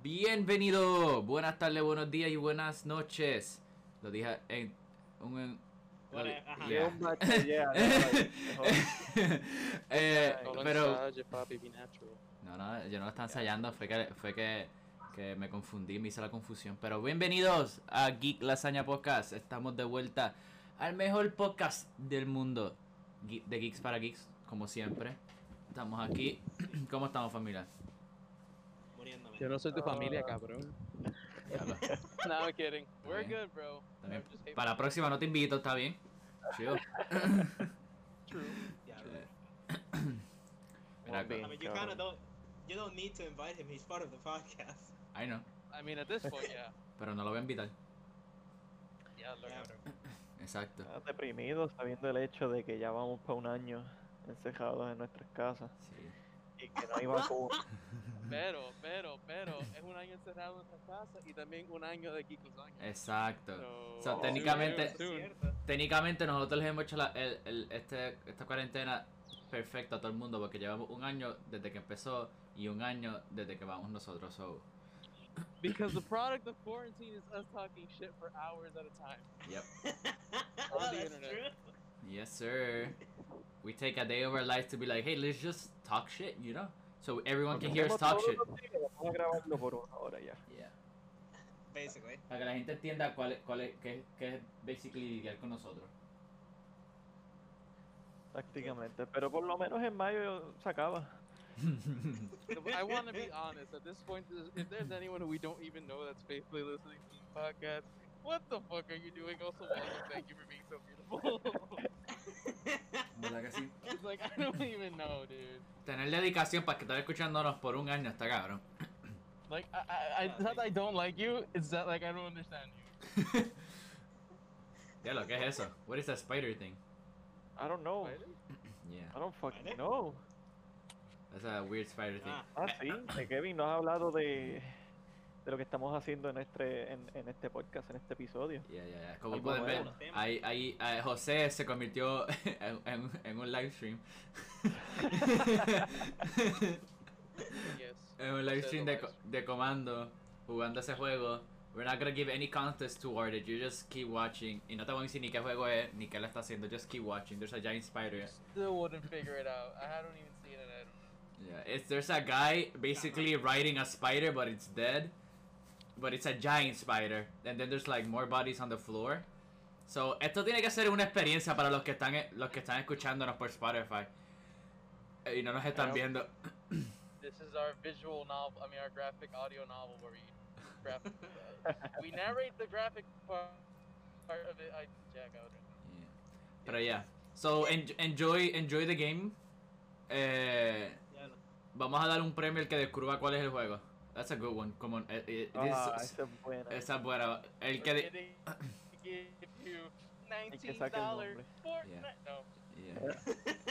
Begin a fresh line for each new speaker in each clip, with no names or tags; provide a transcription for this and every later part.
Bienvenido, buenas tardes, buenos días y buenas noches. Lo dije en un... en- lo di-
Bueno,
yeah.
ajá.
León Bache, yeah, yeah,
Eh,
No lo
pero
ensaye, papi, be natural.
No, no, yo no lo estaba ensayando, fue que, fue que, que me confundí, me hice la confusión. Pero bienvenidos a Geek Lasaña Podcast. Estamos de vuelta al mejor podcast del mundo. Ge- De Geeks para Geeks, como siempre. Estamos aquí. ¿Cómo estamos, familia?
Muriéndome.
Yo no soy tu
Ah.
familia, cabrón.
Diablo.
No, I'm kidding. We're
bien.
good, bro.
Está bien.
I'm just hating.
Para la próxima no te invito, ¿está bien? Chido.
True.
Yeah.
Mira,
Well,
I mean, you kind of don't. You don't need to invite him. He's part of the podcast.
Ay, no.
I mean, at this point, yeah.
Pero no lo voy a invitar.
Yeah, look.
Yeah, bro.
Exacto.
Estás deprimido sabiendo el hecho de que ya vamos para un año encerrados en nuestras casas
Sí.
y que no hay vacuna.
Pero, pero, pero, es un año encerrado en nuestra casa y también un año de Geek Lasagna.
Exacto.
So,
O sea,
soon,
técnicamente-
soon, soon.
Cierto.
Técnicamente nosotros les hemos hecho la- el- el- este- esta cuarentena perfecta a todo el mundo porque llevamos un año desde que empezó y un año desde que vamos nosotros. so,
Because the product of quarantine is us talking shit for hours at a time.
yep.
Well,
the
that's
internet.
true.
Yes, sir. We take a day of our lives to be like, hey, let's just talk shit, you know? So everyone can hear us talk shit.
Vamos a grabarlo por una hora ya.
Yeah.
Basically.
Para que la gente entienda cuál, es- cuál es, qué, qué es basically lidiar con nosotros.
Prácticamente. Pero por lo menos en mayo se acaba.
The- I want to be honest. At this point, there's- if there's anyone who we don't even know that's faithfully listening to this podcast, what the fuck are you doing? Also, welcome. Thank you for being so beautiful.
¿Verdad que sí?
it's like, I don't even know, dude.
Tener dedicación para que estar escuchándonos por un año está cabrón.
Like, I, I, I, it's not that I don't like you, it's that, like, I don't understand you.
Ya lo que es eso. What is that spider thing?
I don't know.
Right?
Yeah.
I don't
Vale.
fucking know.
That's a weird spider thing.
Ah,
Ah, sí. de Kevin nos ha hablado de, de lo que estamos haciendo en este, en, en este podcast, en este episodio.
Ya, ya, ya. Como
Algo
pueden ver,
nuevo.
ahí, ahí, eh, José se convirtió en, en- en un live stream.
Yes.
en un live stream de, co- de comando, jugando ese juego. We're not gonna give any contest toward it. You just keep watching. Y no te voy a decir ni qué juego es, ni qué le está haciendo. Just keep watching. There's a giant spider.
Still wouldn't figure it out. I don't even see it, and I don't know.
Yeah, it's, there's a guy basically riding a spider, but it's dead. But it's a giant spider. And then there's like more bodies on the floor. So, esto tiene que ser una experiencia para los que están, e, los que están escuchándonos por Spotify. Eh, Y no nos están
Claro.
viendo.
This is our visual novel, I mean, our graphic audio novel where we graphic, uh, we narrate the graphic part, part of it. I jack out.
Yeah. Pero yeah. So, en- enjoy, enjoy the game. Eh,
yeah, no.
vamos a dar un premio al que descubra cuál es el juego. That's a good one. Come on. eh, eh, this-
Ah, esa es buena.
esa es buena. El que... de-
We're getting to give you
que
nineteen
saque el
dollars
nombre.
Fortnite.
Yeah.
No,
Yeah.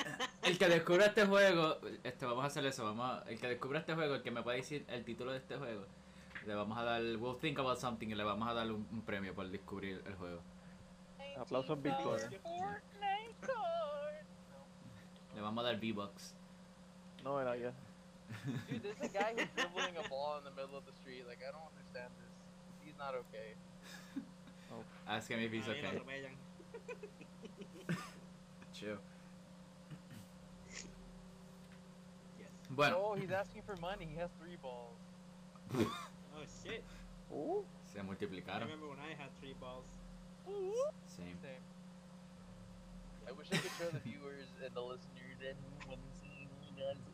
Ah,
El que descubra este juego, este, vamos a hacer eso, vamos a- el que descubra este juego, el que me pueda decir el título de este juego, le vamos a dar, we'll think about something y le vamos a dar un, un premio por descubrir el juego.
Aplausos
$19
en Bitcoin.
Fortnite card.
Le vamos a dar V-Bucks.
No era ya.
Dude, there's a guy who's dribbling a ball in the middle of the street. Like, I don't understand this. He's not okay.
Ask him if he's
Ahí lo
okay.
atropellan.
Chill.
Yes.
Bueno,
Oh, he's asking for money. He has three balls.
Oh shit.
Uh,
se
I
multiplicaron.
remember when I had three balls.
Same.
Same. I wish I could show the viewers and the listeners and when this is you guys are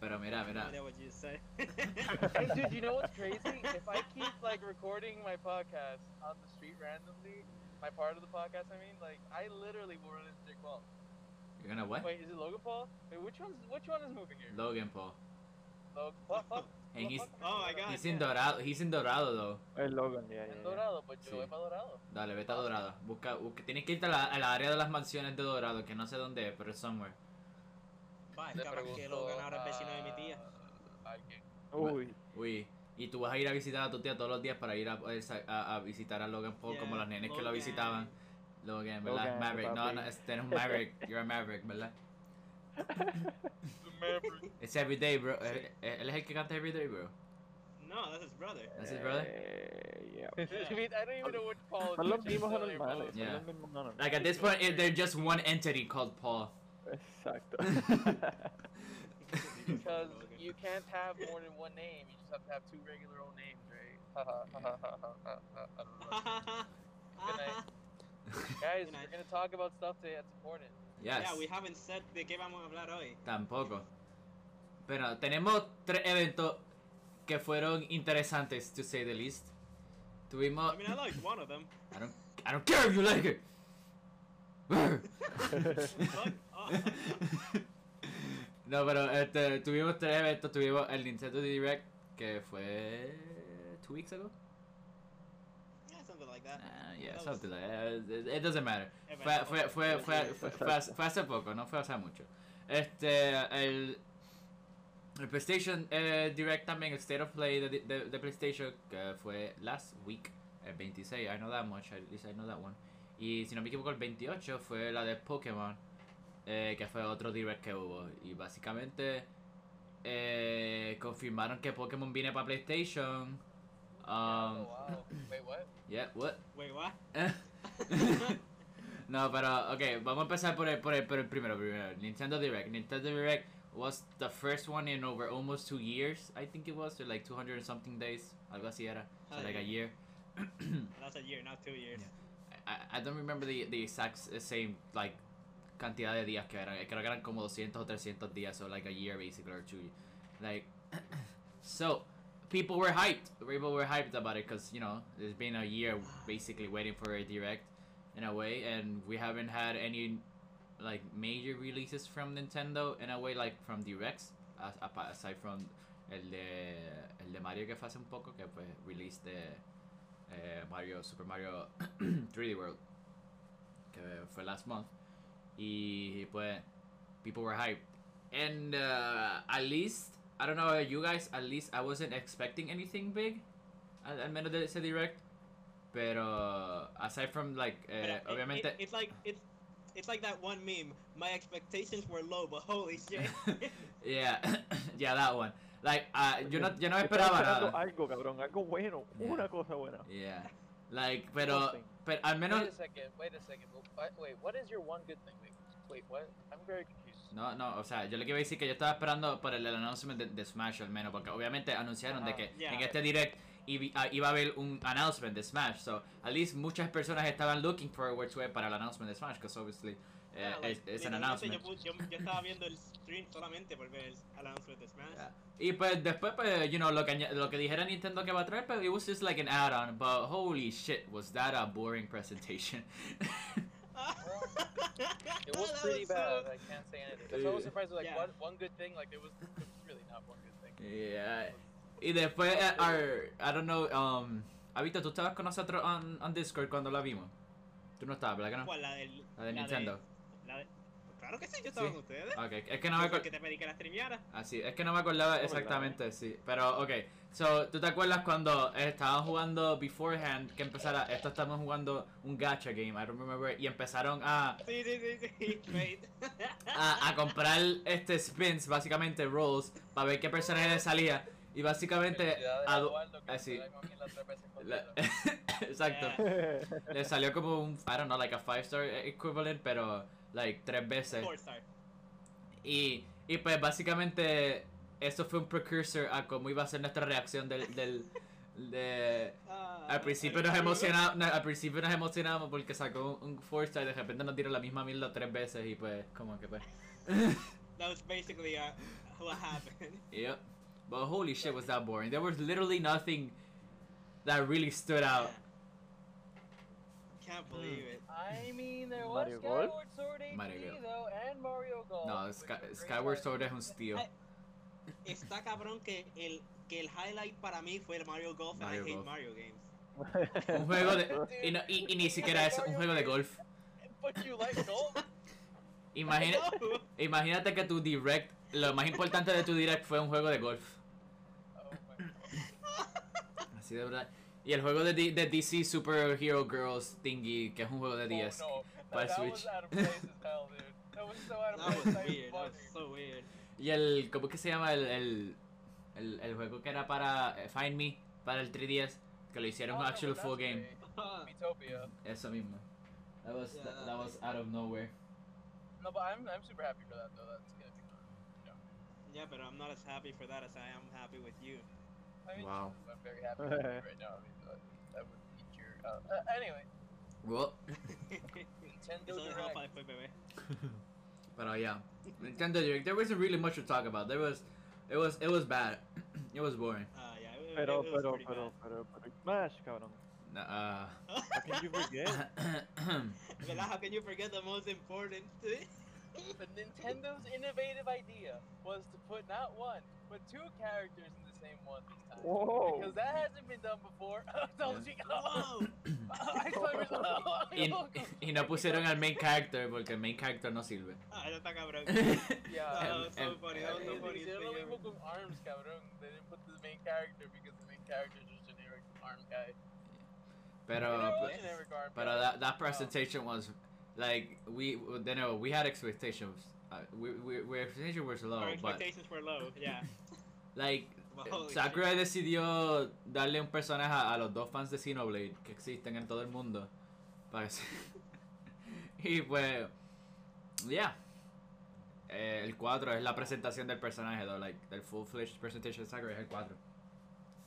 Pero mira, mira.
I know what you say.
cool. Hey, dude, you know what's crazy? If I keep like recording my podcast on the street randomly, my part of the podcast, I mean, like I literally will run into Jake Paul.
You're gonna what?
Wait, is it Logan Paul? Wait, which one's which one is moving here?
Logan Paul.
Logan Paul. Paul-
And he's,
Oh
Paul-
my God.
he's in Dorado, he's in Dorado though.
el Logan, ya, ya,
En
ya.
Dorado, pues yo
Sí.
voy para Dorado.
Dale, vete a Dorado. Busca, busca. Tienes que irte a la, a la área de las mansiones de Dorado, que no sé dónde es, pero es somewhere.
Va, es capaz que Logan ahora es vecino de mi tía.
a alguien.
Uy,
Uy, y tú vas a ir a visitar a tu tía todos los días para ir a, a- a visitar a Logan Paul Oh, como los nenes que lo visitaban. Logan, ¿verdad?
Logan,
Maverick, no, este
papi.
no, es, tienes un Maverick, you're a Maverick, ¿verdad?
The Maverick.
It's everyday, bro. Él, él es el que canta everyday, bro.
No, that's his brother.
That's it, brother.
Eh, yeah.
I mean, I don't even know what to call it.
Son los
but just
mismos
tell your
anormales.
mom.
Yeah.
Son los mismos anormales.
Like at this point, it- they're just one entity called Paul.
Exacto.
Because you can't have more than one name. You just have to have two regular old names, right? Ha ha ha ha ha ha ha. I don't know. Guys,
Good night.
we're gonna talk about stuff today that's important.
Yes.
Yeah, we haven't said de qué vamos a hablar hoy.
Tampoco. Pero tenemos tres eventos que fueron interesantes, to say the least. Tuvimos.
I mean, I liked one of them.
I don't, I don't care if you like it.
Fuck off.
no, pero este, tuvimos tres eventos. Tuvimos el Nintendo Direct, que fue. ¿Two weeks ago?
yeah, something like that.
Ah, yeah,
That was-
something like that. It, it doesn't matter.
Eh,
Fue, fue,
bueno,
fue,
sí,
fue,
sí.
fue- fue hace- fue hace poco, no fue hace mucho. Este, el, el PlayStation eh, Direct también, el State of Play de, de, de PlayStation, que fue last week, el 26, I know that much, at least I know that one. Y si no me equivoco, el 28 fue la de Pokémon, eh, que fue otro Direct que hubo. Y básicamente eh, confirmaron que Pokémon viene para PlayStation. Um,
oh, wow. Wait, what?
yeah, what? Eh,
Wait, what?
no, pero ok, vamos a empezar por el, por el, por el primero, primero. Nintendo Direct. Nintendo Direct was the first one in over almost two years, I think it was, or like 200 and something days, algo así era, so
Hell
like a
yeah.
year.
That's a year, not two years.
I, I don't remember the, the exact s- same like cantidad de días que eran. Creo que eran como 200 o 300 días, so like a year basically or two. Like, so people were hyped. People were hyped about it because you know it's been a year basically waiting for a direct in a way, and we haven't had any like major releases from Nintendo in a way like from directs as, apa- aside from el de el de Mario que fue hace un poco que fue release de eh, Mario Super Mario 3D World que fue last month y pues people were hyped and uh, at least I don't know about you guys at least I wasn't expecting anything big al, al menos de ese direct pero aside from like
But,
eh,
uh, it-
obviamente
it- it's like it's it's like that one meme. My expectations were low, but holy shit.
yeah yeah that one like uh, yo no yo no
Yo estaba
esperaba
esperando
nada
Algo, cabrón, algo bueno,
Yeah.
una cosa buena.
yeah like pero
Something.
pero al menos
Wait a second. Wait a second. Wait, wait, what is your one good thing? Wait, wait, what? I'm very confused.
No, no, o sea, yo lo que iba a decir que yo estaba esperando por el announcement de, de Smash al menos, porque obviamente anunciaron de
Ajá,
que
ya.
en este direct ibi- ah, iba a haber un announcement de Smash, so at least muchas personas estaban looking forward to it para el announcement de Smash, because obviously eh,
Yeah, Ah, like,
es, es an
literalmente
announcement.
Yo, pu- yo, yo estaba viendo el stream solamente por ver el announcement de Smash.
Yeah. Y pues después, pues, you know, lo que, aña- lo que dijera Nintendo que va a traer, pero it was just like an add-on, but holy shit, was that a boring presentation.
It was
That
pretty
so-
bad. I can't say anything. That's why I was surprised. Like,
Yeah.
what one good thing? Like, there was, there was really not one good thing.
Yeah. Y después, eh, our- I don't know, um, Avito, tú estabas con nosotros on, on Discord cuando la vimos. Tú no estabas, ¿verdad que no?
¿Cuál? La del.
La de Nintendo.
la de- claro que sí, yo estaba
Sí.
con ustedes.
Ok, es que no me
Yo fui el que
acordaba.
te pedí que la streameara.
Así, es que no me acordaba
No me
exactamente, sí. Pero, ok. So, ¿tú te acuerdas cuando estaban jugando beforehand que empezara? Esto estamos jugando un gacha game, I don't remember. Y empezaron a,
Sí, sí, sí, sí. Wait.
a, a comprar este spins, básicamente rolls, para ver qué personaje le salía. Y básicamente.
Felicidades
a
a
do-
Waldo, que
ah, sí.
se la comió la otra vez en
la-
Contreras.
Exacto.
Yeah.
Le salió como un, I don't know, like a five star equivalent, pero like tres veces.
Four star.
Y, y pues básicamente eso fue un precursor a cómo iba a ser nuestra reacción del... del de-
Ah,
al principio
al-
nos
al-
emocionamos, al principio nos emocionamos porque sacó un, un four star y de repente nos tiró la misma mierda tres veces y pues como que pues...
That was basically uh, what happened.
Yep. But holy shit was that boring. There was literally nothing that really stood out. Mm.
Can't believe it.
I mean, there was
Mario Golf?
Skyward Sword HD
Mario Golf.
though, and Mario Golf.
No,
which
Sky,
were great
Skyward
titles.
Sword es un steal.
Está cabrón que el que el highlight para mí fue el Mario Golf and
Mario
I hate
Golf.
Mario games.
Un juego de... Y, no- y- y ni siquiera es un juego de golf.
But you like golf?
Imagina...
No.
Imagínate que tu direct, lo más importante de tu direct fue un juego de golf.
Oh
así de verdad. Y el juego de, D- de DC Superhero Girls Thingy, que es un juego de 10.
Oh, no.
by
That, that
Switch.
was out of place as hell, dude. That was so out of
That was
place. I
weird. That was
loved it.
so weird.
Y el, ¿cómo es que se llama? El, el, el, el juego que era para eh, Find Me, para el 3DS, que lo hicieron
Oh,
un
no,
actual
that's
full game.
great.
Ah,
Metopia.
Eso mismo. That was,
Yeah,
that,
that
was
makes
out of nowhere.
No, but I'm, I'm super happy for that, though. That's gonna be fun.
yeah, but I'm not as happy for that as I am happy with you.
I mean,
Wow.
I'm very happy with you right now. I mean, that, that would eat your. Uh, uh, anyway,
Well,
Nintendo
Eso de
Direct.
Half-Life fue, bebé.
but uh, yeah, Nintendo Direct. There wasn't really much to talk about. There was, it was, it was bad. it was boring.
Ah, yeah, it- it-
Pero,
it was
pero,
pretty
pero, pero, pero, Smash, cabrón.
No, Uh,
How can you forget?
bad. ¿Verdad? How can you forget the most important thing?
But Nintendo's innovative idea was to put not one, but two characters in the same one this time.
Whoa.
Because that hasn't been done before. I told you.
Wow.
I told you.
y, y no pusieron al main character porque el main character no sirve.
Ah, eso está cabrón.
Yeah.
That was so
em-
funny.
Yeah,
That was
they-
the
they
funniest
did
thing
only
ever.
put with arms, cabrón. They didn't put the main character because the main character is just generic arm guy.
Pero,
They're all
pues-
generic arm
pero
guys.
Ah.
that, that presentation was like we you know we had expectations. Uh, we, we, we expectations were low,
Oh,
Our
but
expectations were low. Yeah.
like
But holy
Sakurai decidió darle un personaje a, a los dos fans de Xenoblade que existen en todo el mundo. Para que se- y pues, yeah. Eh, el 4 es la presentación del personaje, though, like, del full-fledged presentation de Sakurai es el 4.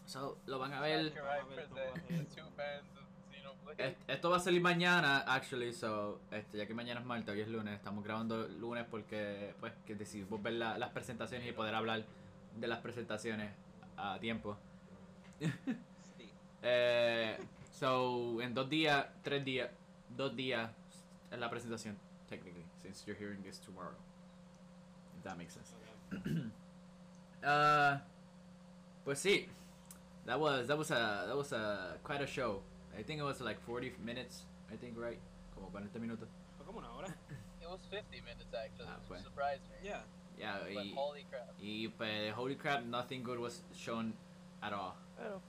So, lo van a ver.
Sakurai presents the two fans of Xenoblade.
Est- Esto va a salir mañana, actually, so, este, ya que mañana es martes, hoy es lunes, estamos grabando lunes porque, pues, que decidimos ver la- las presentaciones y poder hablar de las presentaciones a tiempo.
shit.
Eh, so, en dos días, tres días, dos días es la presentación, technically, since you're hearing this tomorrow. If that makes sense. Uh, pues sí, that was that was a that was a quite a show. I think it was like 40 minutes. I think right, como 40 minutos.
Fue como una hora.
It was 50 minutes actually,
Ah,
which
pues.
surprised me.
Yeah.
Yeah,
But
y,
holy crap.
y pues, holy crap, nothing good was shown at all.
Pero,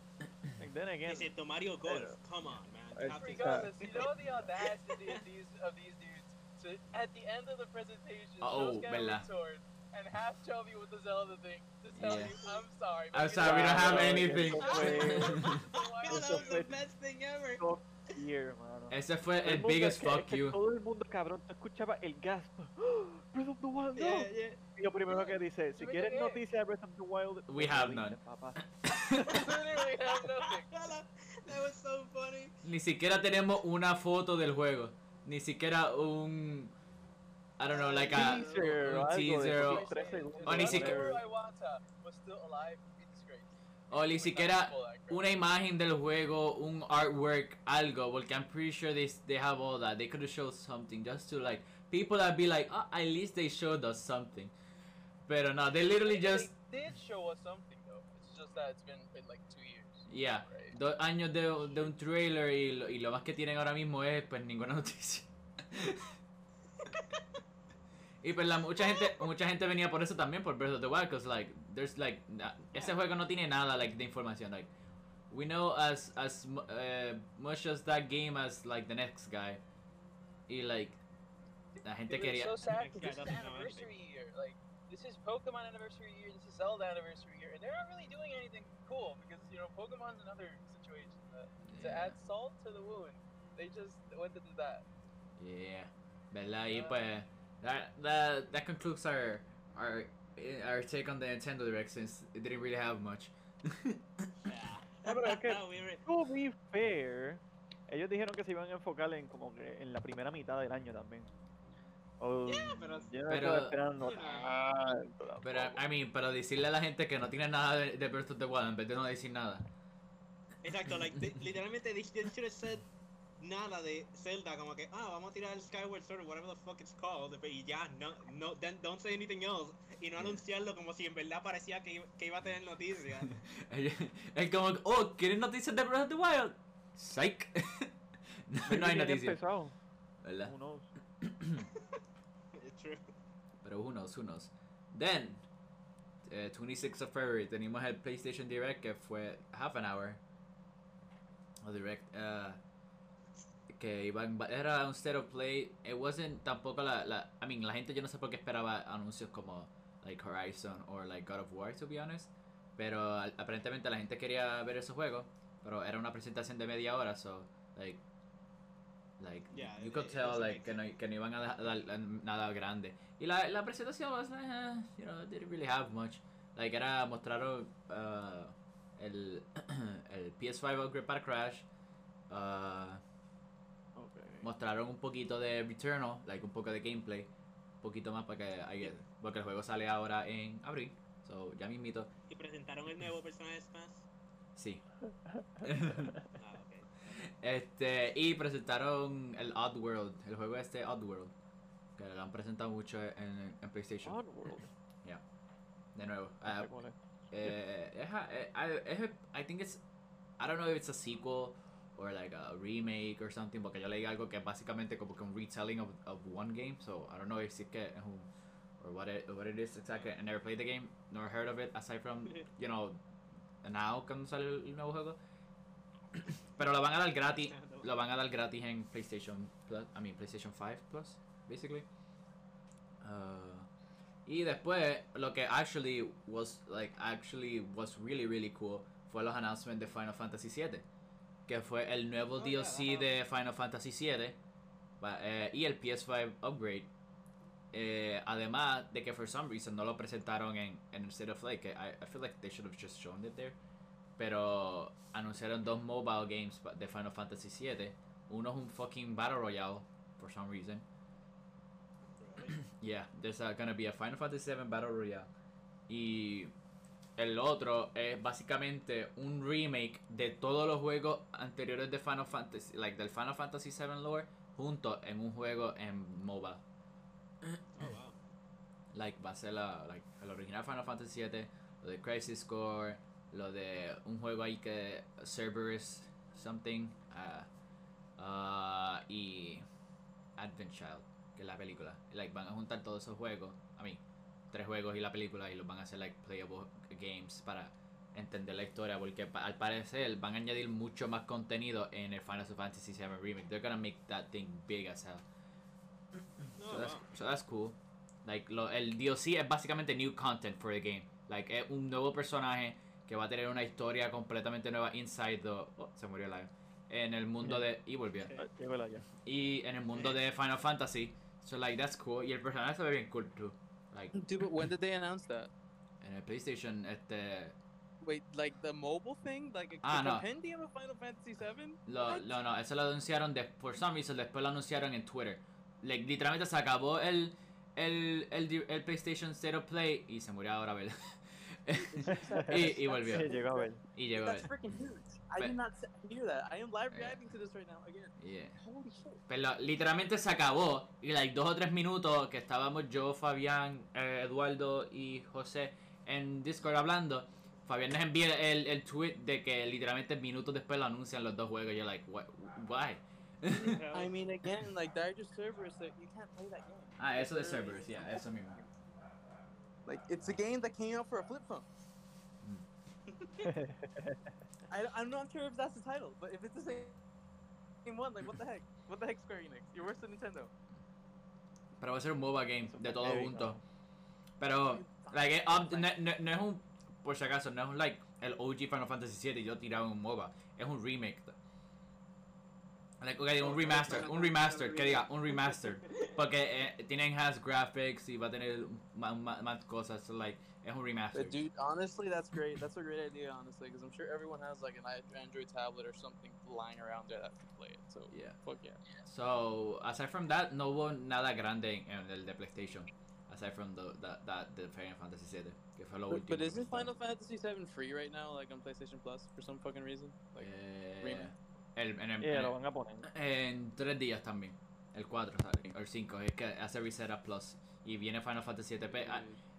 and then again,
Excepto Mario Golf. Come on, man.
It's
Have to-
Regardless, you know the audacity of these of these dudes to at the end of the presentation,
Uh-oh,
those guys
Bella.
with swords and half shove you with the Zelda thing to tell
Yeah.
you, I'm sorry. but
I'm
you
sorry, we don't
don't
have
Ay,
anything.
That
eso fue- Eso
was
fue-
the best thing ever.
fuck year, mano.
Ese fue
Todo
el
mundo-
biggest
es que- es
fuck
que
you.
Todo el mundo, cabrón, tú escuchaba el gasp. Breath of the Wild, no.
Yeah, yeah.
Y lo primero que dice, si
Yo me
quieres
cagué.
noticias de Breath of the Wild,
We
no
have
dices,
none.
papá.
Literally have nothing.
that was so funny.
Ni siquiera tenemos una foto del juego. Ni siquiera un. I don't know, like a.
Teaser o
un
algo de
teaser
eso.
o-
tres segundos,
o ni siquiera-
Whatever I want, uh, was still alive in this grave.
O ni
Without
siquiera
all that crap.
una imagen del juego, un artwork, algo. Porque I'm pretty sure they, they have all that. They could have showed something just to like. People that be like, "Ah, at least they showed us something. Pero no, they literally
They-
just.
They did show us something though. It's just that it's been been like two years.
Yeah.
Right.
Dos años de, de un trailer y lo, y lo más que tienen ahora mismo es pues ninguna noticia. y pues la, mucha gente mucha gente venía por eso también por Breath of the Wild, cause like there's like na- ese juego no tiene nada like de información like we know as as mu- eh, much as that game as like the next guy y like la gente
Dude, it's
quería
so sad 'cause
Yeah,
this is
that's annoying.
anniversary year. Like, this is Pokemon anniversary year. This is Zelda anniversary year, and they're not really doing anything cool because you know Pokemon's another situation that to
Yeah.
add salt to the wound, they just went into that.
Yeah, ¿verdad? Y pues, that, that, that concludes our, our, eh, our take on the Nintendo Direct since it didn't really have much.
No, pero es que-
we were-
To be fair, ellos dijeron que se iban a enfocar en como que en la primera mitad del año también. O-
pero-
yo no
Pero-
estaba esperando
Sí, no.
tanto, tampoco.
Pero, uh, I mean, pero decirle a la gente que no tiene nada de, de Breath of the Wild en vez de no decir nada.
Exacto, like, they- literalmente they, they should have said nada de Zelda, como que, ah, vamos a tirar el Skyward Sword, whatever the fuck it's called, pero y ya, no, no, then don't say anything else, y no anunciarlo como si en verdad parecía que, iba- que iba a tener noticias.
Es como, oh, ¿quieren noticias de Breath of the Wild? Psych. no, no hay
Maybe ya
noticias,
empezado,
¿verdad?
who knows.
True.
Pero unos, unos. Then, eh, 26 of February, tenemos el PlayStation Direct que fue half an hour. o direct uh, que iban ba- era un state of play it wasn't tampoco la, la I mean la gente yo no sé por qué esperaba anuncios como like Horizon or like God of War to be honest pero al- aparentemente la gente quería ver esos juegos pero era una presentación de media hora so like like
Yeah,
you
it-
could
it
tell
doesn't
like
make
que no, que no iban a dar- dar dar nada grande y la, la presentación was like eh, you know didn't really have much like era mostraron uh, el, el PS5 upgrade para Crash uh, mostraron un poquito de Returnal, like un poco de gameplay, un poquito más para que I guess, porque el juego sale ahora en abril, so ya mismito,
Y presentaron el nuevo personaje de Smash.
sí.
Ah, ok.
este y presentaron el Oddworld, el juego este Oddworld, que lo han presentado mucho en, en PlayStation,
Oddworld.
de nuevo.
No
Ah,
sé cuál es.
eh, es, a- eh, I- es a- I think it's I don't know if it's a sequel or like a remake or something porque yo leí algo que es básicamente como que un retelling of, of one game so I don't know if it's que es un- or what it, what it is exactly I never played the game nor heard of it aside from you know now cuando sale el nuevo juego pero lo van a dar gratis lo van a dar gratis en PlayStation Plus I mean PlayStation 5 Plus basically Uh, y después, lo que actually was, like, actually was really, really cool fue los announcements de Final Fantasy VII. Que fue el nuevo
Oh, yeah,
DLC de Final Fantasy VII va- eh, y el PS5 Upgrade. Eh, además de que, for some reason, no lo presentaron en, en el State of Play. Que I, I feel like they should have just shown it there. Pero anunciaron dos mobile games pa- de Final Fantasy VII. Uno es un fucking Battle Royale, for some reason. Yeah, there's uh, gonna be a Final Fantasy VII Battle Royale. Y el otro es básicamente un remake de todos los juegos anteriores de Final Fantasy, like del Final Fantasy VII lore, juntos en un juego en MOBA.
Oh, wow.
Like va a ser la, like, el original Final Fantasy VII, lo de Crisis Core, lo de un juego ahí que Cerberus something, ah, ah, y Advent Child, que es la película. Like van a juntar todos esos juegos, a mí, tres juegos y la película y los van a hacer like playable games para entender la historia porque pa- al parecer van a añadir mucho más contenido en el Final Fantasy VII remake. They're gonna make that thing big as hell.
No,
So that's,
Oh, wow.
so that's cool. Like, lo, el DLC es básicamente new content for the game. Like, es un nuevo personaje que va a tener una historia completamente nueva inside the... Oh, se murió la... En el mundo de... Y volvió.
Ah, llegó el allá.
Y en el mundo de Final Fantasy. So, like, that's cool. Y el personaje se ve bien cool, too. Like,
Dude, but when did they announce that?
en el PlayStation, este...
Wait, like the mobile thing? Like a
Ah,
the
no.
compendium of Final Fantasy VII?
Lo,
What?
lo- no, eso lo anunciaron de, por some reason, después lo anunciaron en Twitter. Like, literalmente se acabó el, el, el, di- el PlayStation Zero Play y se murió ahora, ¿verdad? y, y volvió.
Sí, llegó a ver.
Y llegó
That's
él.
freaking huge. I
But-
did not s- hear that. I am live
Yeah.
reacting to this right now again.
Yeah.
Holy shit.
Pero literalmente se acabó. Y like dos o tres minutos que estábamos yo, Fabián, eh, Eduardo y José en Discord hablando. Fabián nos envía el, el tweet de que literalmente minutos después lo anuncian los dos juegos. Yo like, "Why- why?
I mean, again, like Darius Cerberus, like, you can't play that game.
Ah, eso de servers, ya, eso mismo.
Like, it's a game that came out for a flip phone. I, I'm not sure if that's the title, but if it's the same, same one, like, what the heck? What the heck, Square Enix? You're worse than Nintendo.
Pero va a ser un MOBA game de todo
Epic,
junto.
¿no?
Pero,
You
like, eh, um,
fucking-
no, no- no es un. Por si acaso, no es un like el OG Final Fantasy VII yo tirado en un MOBA. Es un remake. Like, okay, un remaster, un remaster, que diga, un remaster. Porque eh, tiene enhanced graphics y va a tener más, más, más cosas. so, like, es un remaster.
But dude, honestly, that's great. That's a great idea, honestly, because I'm sure everyone has like an Android tablet or something lying around there that can play it. So
Yeah.
fuck yeah.
So, aside from that, no hubo nada grande en, en el de PlayStation. Aside from the, that, that, the Final Fantasy VII, que fue lo
But,
último.
but
que presentaron.
isn't Final Fantasy VII free right now, like on PlayStation Plus, for some fucking reason? Like,
Eh,
remake.
el- en el-
Yeah,
en
lo
el-
van a poner.
En tres días también. El 4, o el 5. Es que hace Reset a Plus. Y viene Final Fantasy Ah, 7.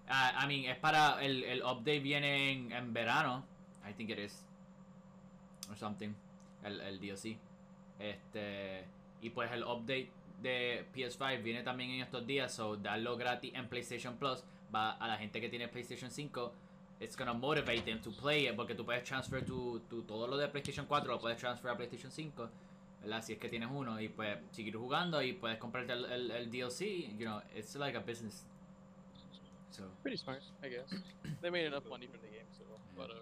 I, I mean, es para. El, el update viene en, en verano. I think it is. Or something. El, el DLC. Este. Y pues el update de PS5 viene también en estos días. So, darlo gratis en PlayStation Plus. Va a la gente que tiene PlayStation 5. it's gonna motivate them to play it porque tú puedes transfer tu, tu todo lo de PlayStation 4 lo puedes transfer a PlayStation 5 ¿verdad? si es que tienes uno y puedes seguir jugando y puedes comprarte el, el, el DLC you know it's like a business so
Pretty smart, I guess. They made enough money from the game, so whatever.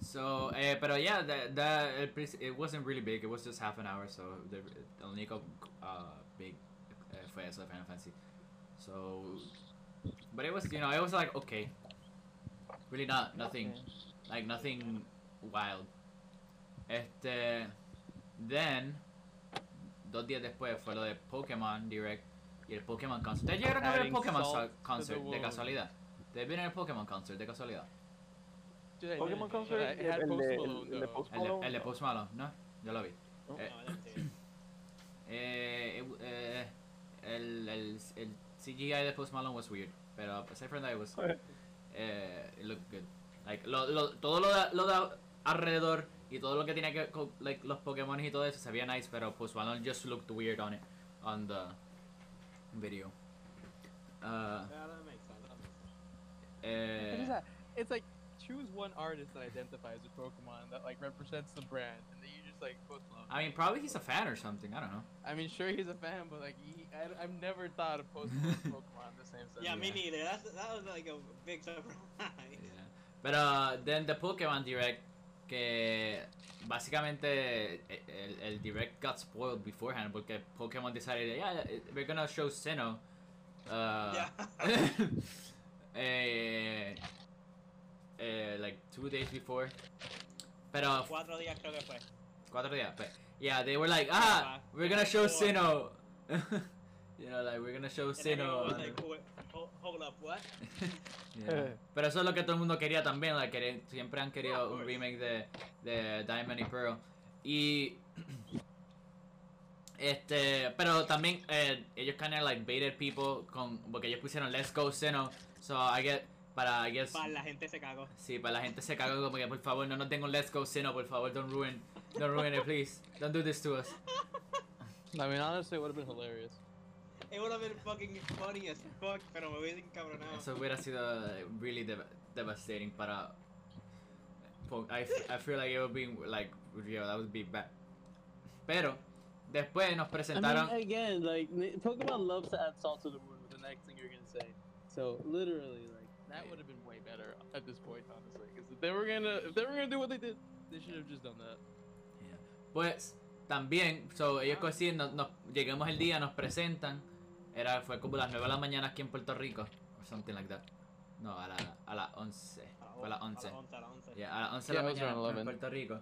so eh, pero yeah that, that it, pres- it wasn't really big it was just half an hour so the, el único uh, big eh, fue eso de Final Fantasy so but it was you know it was like okay really not nothing like nothing wild. Este, then dos días después fue lo de Pokémon Direct y el Pokémon concert. ¿Ustedes llegaron a ver el
Adding
Pokémon
salt
so-
to the
concert de
wound.
casualidad? ¿Ustedes vieron el Pokémon concert de casualidad?
Dude, I
Pokémon
didn't.
Concert,
I
el,
had
el
Post
de,
Malone,
el, el de
though.
Post
El de,
Malone.
el de Post Malone, ¿no? Yo lo vi. Eh,
No, I didn't see it.
eh, eh, el, el, el CGI de Post Malone was weird, pero pues, aside from that it was eh, it looked good. Like, lo, lo, todo lo de, lo de alrededor y todo lo que tenía que ver con like, los Pokémon y todo eso se veía nice, pero Post Malone just looked weird on it, on the video. Uh,
Yeah, that makes sense. That makes sense.
It's
eh,
just that- It's like choose one artist that identifies with Pokemon that like represents the brand, and then you just like both love.
I mean, probably he's a fan or something. I don't know.
I mean, sure he's a fan, but like he, I, have never thought of Post Malone and Pokemon in the same sentence.
Yeah, me neither. That's, that was like a big surprise.
Yeah. Pero then the Pokémon Direct que básicamente el, el Direct got spoiled beforehand porque Pokémon decided yeah we're gonna show Sinnoh. Uh,
Yeah.
eh, eh, like two days before. Pero
Cuatro días creo que fue.
cuatro días. But yeah, they were like ah we're gonna show
Four.
Sinnoh. you know like we're gonna show
And everyone
Sinnoh.
was
on the-
like, "Wait, ho- hold up, what?
Yeah. Pero eso es lo que todo el mundo quería también, like, querer- siempre han
Yeah,
querido
of
un
course.
remake de, de Diamond y Pearl. Y este, pero también eh, ellos kind of like baited people con porque ellos pusieron Let's Go Seno. So I get para I guess
Pa, la gente se cagó.
sí, para la gente se cagó como que por favor no nos den un Let's Go Seno, por favor, don't ruin don't ruin it please. Don't do this to us.
I mean, honestly, it would have been hilarious.
It would have been fucking funny as fuck, pero me hubiese encabronado.
Eso hubiera sido eh, really dev- devastating para. po- I, f- I feel like it would be like yeah, that would be bad. Pero después nos presentaron.
I
eh,
mean, again, like n- Pokemon loves to add salt to the wound with the next thing you're gonna say. So literally, like
That would have been way better at this point, honestly, because if they were gonna, if they were gonna do what they did, they should have just done that.
Pues también, so, ellos coinciden, nos, nos- llegamos el día, nos presentan. Era, fue como las 9 de la mañana aquí en Puerto Rico, or something like that. No, a, la, a las 11. Fue a las 11.
Ah, A las 11, a las 11.
Yeah, a las 11
Yeah,
de
it
la
was around
mañana en
11.
Puerto Rico.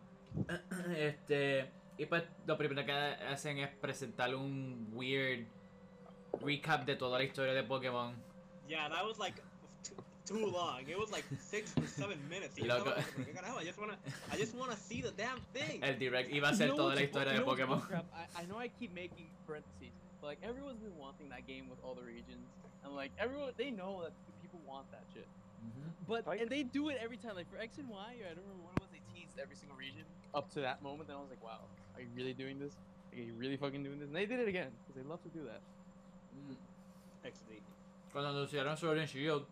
este, y pues lo primero que hacen es presentar un weird recap de toda la historia de Pokémon.
Yeah, that was like t- too long. It was like six or seven minutes. Y yo
Loco.
estaba como que, "Carajo, I just wanna, I just wanna see the damn thing.
El direct iba a ser
You know
toda
what's
la
bu-
historia
you
de
know what's
Pokémon.
bullcrap? I, I know I keep making parentheses, but like everyone's been wanting that game with all the regions, and like everyone, they know that people want that shit.
Ujú.
But
Right.
and they do it every time. Like for X and Y, I don't remember what it was. They teased every single region up to that moment. Then I was like, wow, are you really doing this? Like, are you really fucking doing this? And they did it again because they love to do that.
Mm.
XD.
Cuando anunciaron Sword and Shield,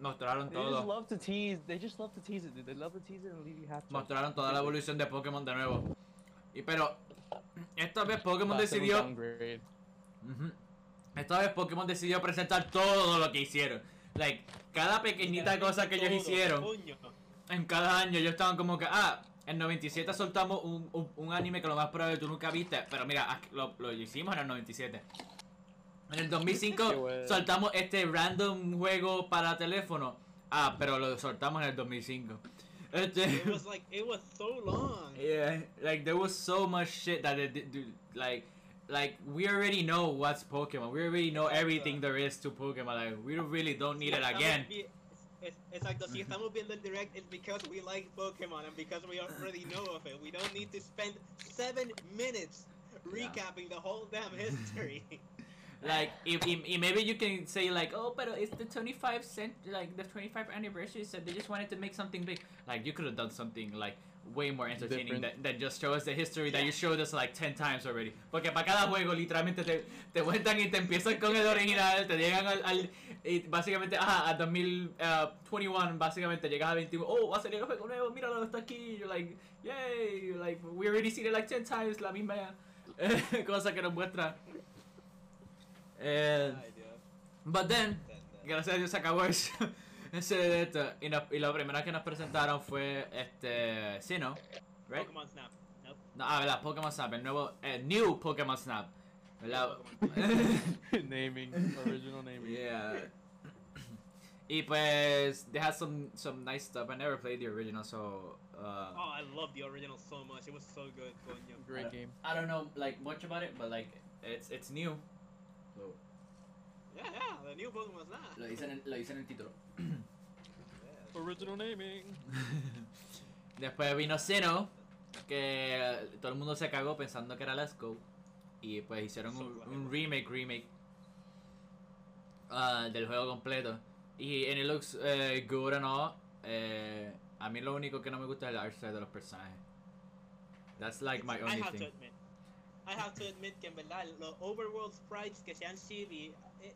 mostraron
They just
todo.
love to tease. They just love to tease it, dude. They love to tease it and leave you half.
Mostraron toda la evolución de Pokémon de nuevo. Y pero, esta vez Pokémon decidió Ujú. Esta vez Pokémon decidió presentar todo lo que hicieron. Like, cada pequeñita cosa que ellos
Todo,
hicieron
coño.
en cada año, ellos estaban como que, ah, en 97 soltamos un, un- un anime que lo más probable tú nunca viste, pero mira, aquí- lo, lo hicimos en el 97. En el 2005
Qué bueno.
soltamos este random juego para teléfono. Ah, pero lo soltamos en el 2005. Este...
It was like, it was so long.
Yeah, like there was so much shit that they did, do- like, like we already know what's Pokemon. We already know everything there is to Pokemon. Like we don't- really don't need
Si
it
estamos
again.
vi- es- Exacto, si estamos viendo el direct it's because we like Pokemon and because we already know of it. We don't need to spend seven minutes recapping the whole damn history.
Like, if, if, if maybe you can say like, oh, but it's the 25 cent, like the 25 anniversary, so they just wanted to make something big. Like, you could have done something like way more entertaining than,
Different.
than just show us the history that you showed us like 10 times already. Porque para cada juego literalmente te, te cuentan y te empiezan con el original, te llegan al, al y básicamente, ajá, a 2021 básicamente llegas a 21, oh, va a salir el juego nuevo, míralo, está aquí, you're like, yay, you're like, we already seen it like 10 times, la misma cosa que nos muestra. Eh,
Ay, Dios.
but then,
Entender.
gracias a Dios se acabó eso. Ese de esto. Y, la y la primera que nos presentaron fue este. Sino, right?
Pokemon Snap. Nope.
No, ah, verdad, Pokémon Snap, el nuevo. eh, new Pokémon Snap. ¿Verdad?
naming, original naming.
yeah. y pues, they had some, some nice stuff. I never played the original, so.
Oh,
Uh,
I love the original so much. It was so good, coño.
Great game.
I don't know like much about it, but like, it's, it's new. Lo,
Yeah, yeah, the new Pokemon Snap.
lo, dice en el, lo dice en el título.
Yeah.
Original naming.
Después vino Sino, que eh, todo el mundo se cagó pensando que era Let's Go. Y pues hicieron un, un remake, remake ah, del juego completo. Y en it looks eh, good and all. Eh, a mí lo único que no me gusta es el art style de los personajes. That's like my
I
only
have to
thing.
admit. I have to admit que en verdad los overworld sprites que sean shitty. eh,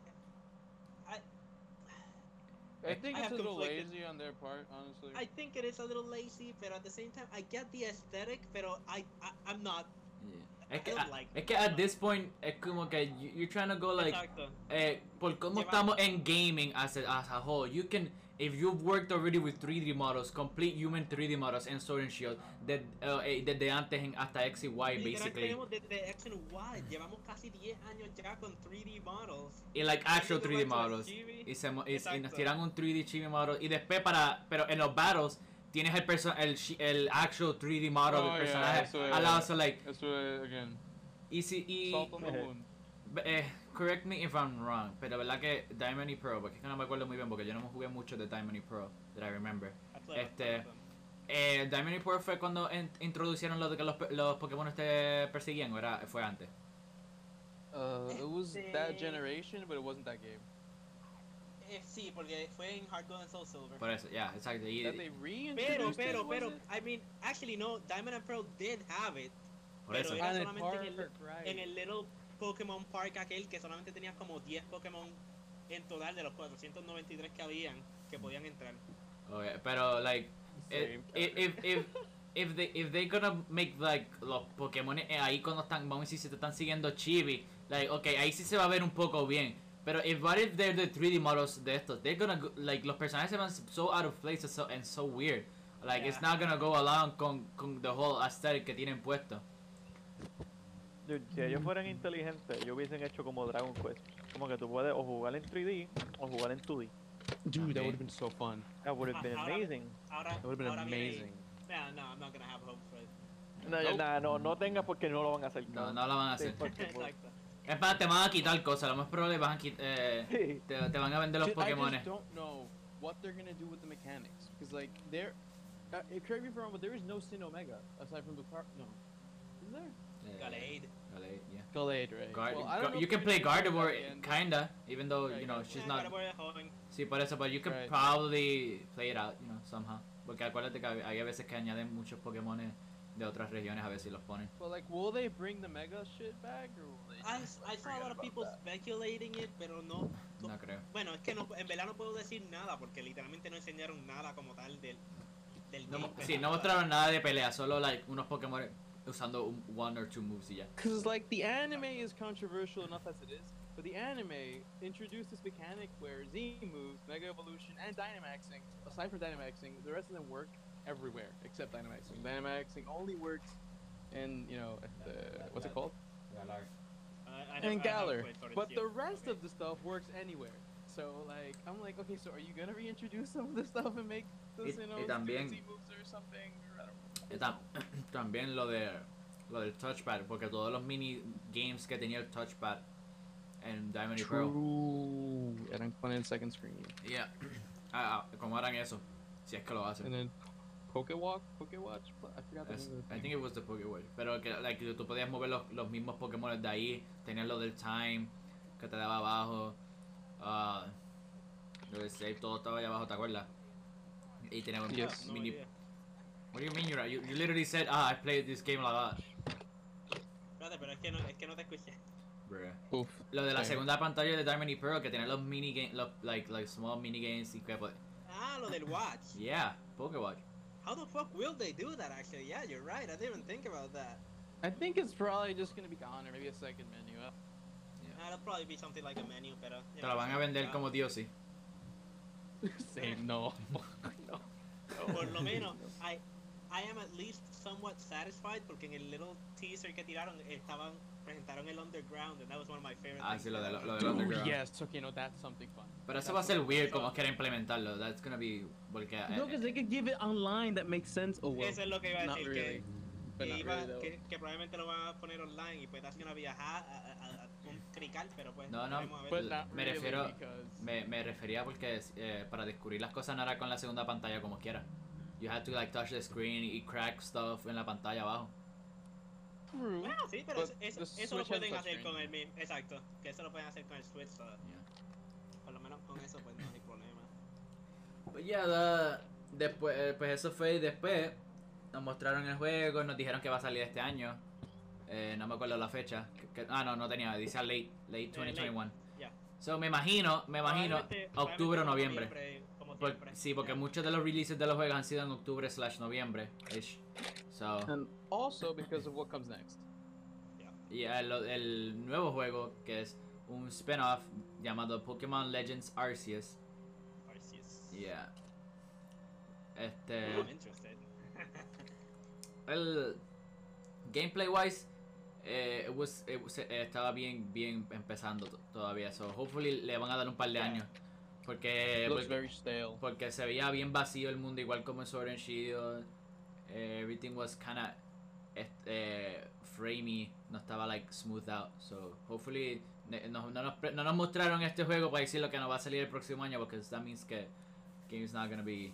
I think
I
it's
have
a little
conflicted-
lazy on their part, honestly.
I think it is a little lazy, but at the same time, I get the aesthetic, but I, I I'm not.
Yeah. Es, que,
I don't
ah,
like
es que at this point es como que you- you're trying to go like
Exacto.
eh, por cómo
Lleva-
estamos en gaming as a, as a whole, you can, if you've worked already with 3D models, complete human 3D models and Sword and Shield, de- eh, eh, desde antes en- hasta X y Y,
Literal,
basically.
tenemos desde X and Y, llevamos casi 10 años ya con 3D models.
Y like actual 3D models. Y,
Y
se mo- y- y nos
Exacto.
tiran un 3D chibi model. Y después para, pero en los battles, tienes el, perso- el, shi- el actual 3D model
Oh,
del
yeah,
personaje
eso es.
al lado, so like,
That's what, again,
y si, y,
salt on the
Eh.
wound.
Eh, correct me if I'm wrong, pero verdad que Diamond y Pearl, porque es que no me acuerdo muy bien, porque yo no jugué mucho de Diamond y Pearl, that I remember. este, Eh, Diamond y Pearl fue cuando en- introducieron lo de que los, pe- los Pokémon te perseguían, ¿o era, fue antes.
Uh, it was that
Este-
generation, but it wasn't that game.
Eh, sí, porque fue en Hard Gold and Soul Silver.
Por eso, ya, exacto. y-
That they
Pero,
reintroduced
pero,
it, was
pero,
it?
I mean, actually no, Diamond and Pearl did have it.
por eso.
Pero era
Planet
solamente
Park,
en el-
right.
En el Little Pokémon Park aquel que solamente tenías como 10 Pokémon en total de los 493 que habían que podían entrar.
Ok, pero, like, eh,
Same
if, if, if, if they, if they gonna make, like, los Pokémon eh, ahí cuando están, vamos a decir, se te están siguiendo chibi, like, ok, ahí sí se va a ver un poco bien. Pero, if, what if they're the 3D models de estos? They're gonna, go- like, los personajes se van so out of place and so, and so weird. Like, it's
Yeah.
not gonna go along con, con the whole aesthetic que tienen puesto.
Dude, si ellos fueran inteligentes, ellos hubiesen hecho como Dragon Quest. Como que tú puedes o jugar en 3D o jugar en 2D.
Dude, that
would've
would've
been so fun.
That would have been
Ahora-
amazing.
Ahora,
That would have been
ahora viene-
amazing.
Nah, no, I'm not gonna have hope for it.
No,
Nope.
nah, no, no tengas porque no lo van a hacer.
No, no lo van a hacer.
Exacto.
Es para, te van a quitar cosas, lo más probable van a quitar, eh,
Sí.
te, te van a vender los
Ju- I
Pokémon.
just don't know what they're gonna do with the mechanics because like there, uh, eh, correct me if I'm wrong, but there is no Sin Omega aside from the car. No, is there?
Gallade.
Gallade, yeah.
Gallade, right?
Guard,
Eh, Well, I don't
Gu-
know
you
if
can
they're
play
gonna do
Gardevoir,
that again, but-
kinda, even though
Yeah,
you know
Gardevoir.
she's
Yeah,
not.
gotta worry, joven.
Sí, por eso, but you can
Right.
probably play it out, you know, somehow. Porque acuérdate que hay hay a veces que añaden muchos Pokémon de otras regiones a ver si los ponen.
But like, will they bring the Mega shit back or will they?
I,
just,
I
like,
saw a
forget
lot of
about
people
that?
speculating it, pero no.
No creo.
Bueno, es que no, en verdad no puedo decir nada porque literalmente no enseñaron nada como tal del. del
No, mo-
gameplay.
sí, no mostraron nada de pelea, solo like, unos Pokémon usando un, one or two moves y ya.
Cause like the anime is controversial enough as it is, but the anime introduced this mechanic where Z moves, Mega Evolution, and Dynamaxing. Aside from Dynamaxing, the rest of them work everywhere except Dynamaxing. Dynamaxing only works in you know at the, what's it called?
I- I
And
have- I have
Galar.
played Sword and
But
Shield.
the rest
Okay.
of the stuff works anywhere. So like I'm like okay, so are you gonna reintroduce some of this stuff and make those
Y-
you know
y también-
Z moves or something? Or I don't know.
Y Eh, tam- también lo de lo del touchpad, porque todos los mini games que tenía el touchpad en Diamond y Pearl
True. And I'm playing second screen.
Yeah. Ah, ah, como harán eso, si es que lo hacen.
And then Pokewalk, Pokewatch? I forgot the
Es-
name of the
I
thing.
think it was the Pokémon. Pero que like, tú podías mover los, los mismos Pokémon de ahí, tenías lo del time, que te daba abajo. ah, lo de save, todo estaba allá abajo, ¿te acuerdas? Y teníamos
Yeah,
Yes.
no
mini.
idea.
What do you mean you're right? You, you literally said, ah, I played this game a lot.
Espérate, pero es que no, es que no te escuché.
Bruh.
Oof.
Lo de la
Sí.
segunda pantalla de Diamond y Pearl, que tenía los mini games, los like, like small mini games y que pues,
Ah, lo del watch.
yeah, Pokewatch.
How the fuck will they do that actually? Yeah, you're right. I didn't even think about that.
I think it's probably just gonna be gone or maybe a second menu. up.
Ah, that'll probably be something like a menu, pero.
Te lo van a vender como DLC.
Same, no. no.
Por lo menos, I, I am at least somewhat satisfied porque en el little teaser que tiraron estaban presentaron el underground and that was one of my favorite.
Ah,
things
sí, lo de,
ever.
lo, lo de
Ooh,
Underground.
yes, okay, no, that's something fun.
Pero eso
That's
va a ser
something-
weird como quiera implementarlo. That's gonna be. Porque. eh,
No, because they could give it online that makes sense. Oh, well.
Eso es lo que iba a
Not
decir
really.
que, que,
But not
iba-
really, though.
que, que probablemente lo van a poner online y pues that's gonna be a, ha- a- a- a- un crical, pero pues.
No, no,
veremos a ver.
But not
Me
really
refiero-
because-
me, me refería porque eh, para descubrir las cosas no era con la segunda pantalla como quiera. You had to like touch the screen y crack stuff en la pantalla abajo.
True.
Bueno, sí, pero
But
eso, eso-
the
eso lo
pues, Switch has
pueden hacer
touchscreen.
con el mismo. Exacto, que eso lo pueden hacer con el Switch. so, Por lo menos con eso pues no hay problema.
Pues ya, da- después, eh, pues eso fue y después nos mostraron el juego, nos dijeron que va a salir este año. Eh, no me acuerdo la fecha. que- que- ah, no, no tenía, dice late, late 2021.
Eh, ya.
So me imagino, me imagino
Probablemente-
octubre o
probablemente
noviembre.
como
Por-
siempre.
sí, porque
Ya.
muchos de los releases de los juegos han sido en octubre slash noviembre. So,
And also because of what comes next.
y el, el nuevo juego que es un spin-off llamado Pokémon Legends Arceus.
Arceus.
Yeah.
I'm
Este,
interested.
el gameplay wise eh, it was- it was- eh, estaba bien bien empezando to- todavía. So, hopefully le van a dar un par de
Yeah.
años porque
It looks
porque-
very stale.
Porque se veía bien vacío el mundo, igual como en Sword and Shield. Eh, everything was kinda este, framey, no estaba like smooth out. So hopefully ne- no, no nos, pre- no nos mostraron este juego para decir lo que nos va a salir el próximo año, porque that means que game's not gonna be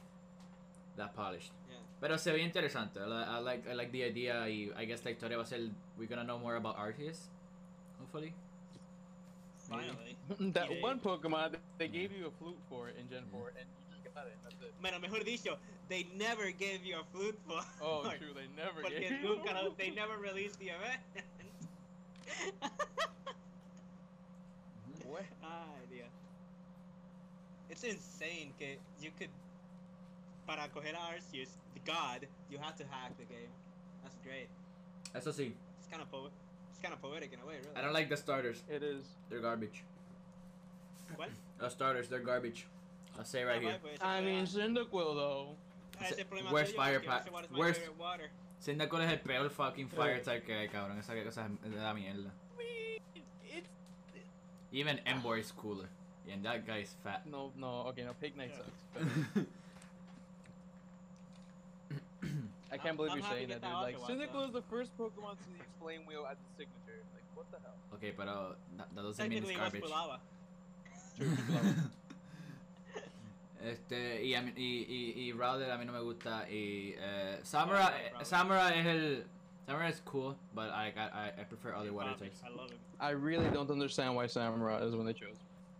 that polished.
Yeah.
Pero se ve interesante. I, li- I like I like the idea y I guess la historia va a ser we're gonna know more about Arceus, hopefully. Maybe.
Finally.
that
Yeah.
one Pokemon, th- they gave you a flute for it in Gen 4, and you just got it. and That's it.
Bueno, mejor dicho, they never gave you a flute for.
Oh, true. They never
Porque
gave you.
nunca lo- they never released the event.
What?
Ay, Dios. It's insane que you could. Para coger a Arceus, the god, you had to hack the game. That's great.
Eso sí,
It's kind of po- it's kind of poetic in a way,
I
really.
don't like the starters.
It is.
They're garbage.
What?
The starters, they're garbage. I'll say it right here.
I mean, Cyndaquil though.
Ah, Ese
Se-
problema
worst
tuyo,
fire
porque yo no
pa-
sé what is my
worst-
favorite water.
Cyndaquil es el peor fucking fire type que hay, cabrón. Esa cosa es de la mierda.
It's
Even Ember is cooler. And that guy is fat.
no, no. Okay, no. Pig Knight
Yeah.
sucks. But I can't believe
I'm
you're
happy
saying
that
that,
that
dude. Like
also works,
Cyndaquil is the first Pokemon to use Flame Wheel as a signature. Like what the hell?
okay, pero that, that doesn't mean
Technically,
it's
it was
garbage.
Bulava.
este, y, a mí- y, y, y Rowlet a mí no me gusta. Y eh, Samura,
I like Rowlet.
Samura es el. Samura is cool, but I, I, I- I prefer other water
Bulava,
types.
I love him.
I really don't understand why Samurai is when they chose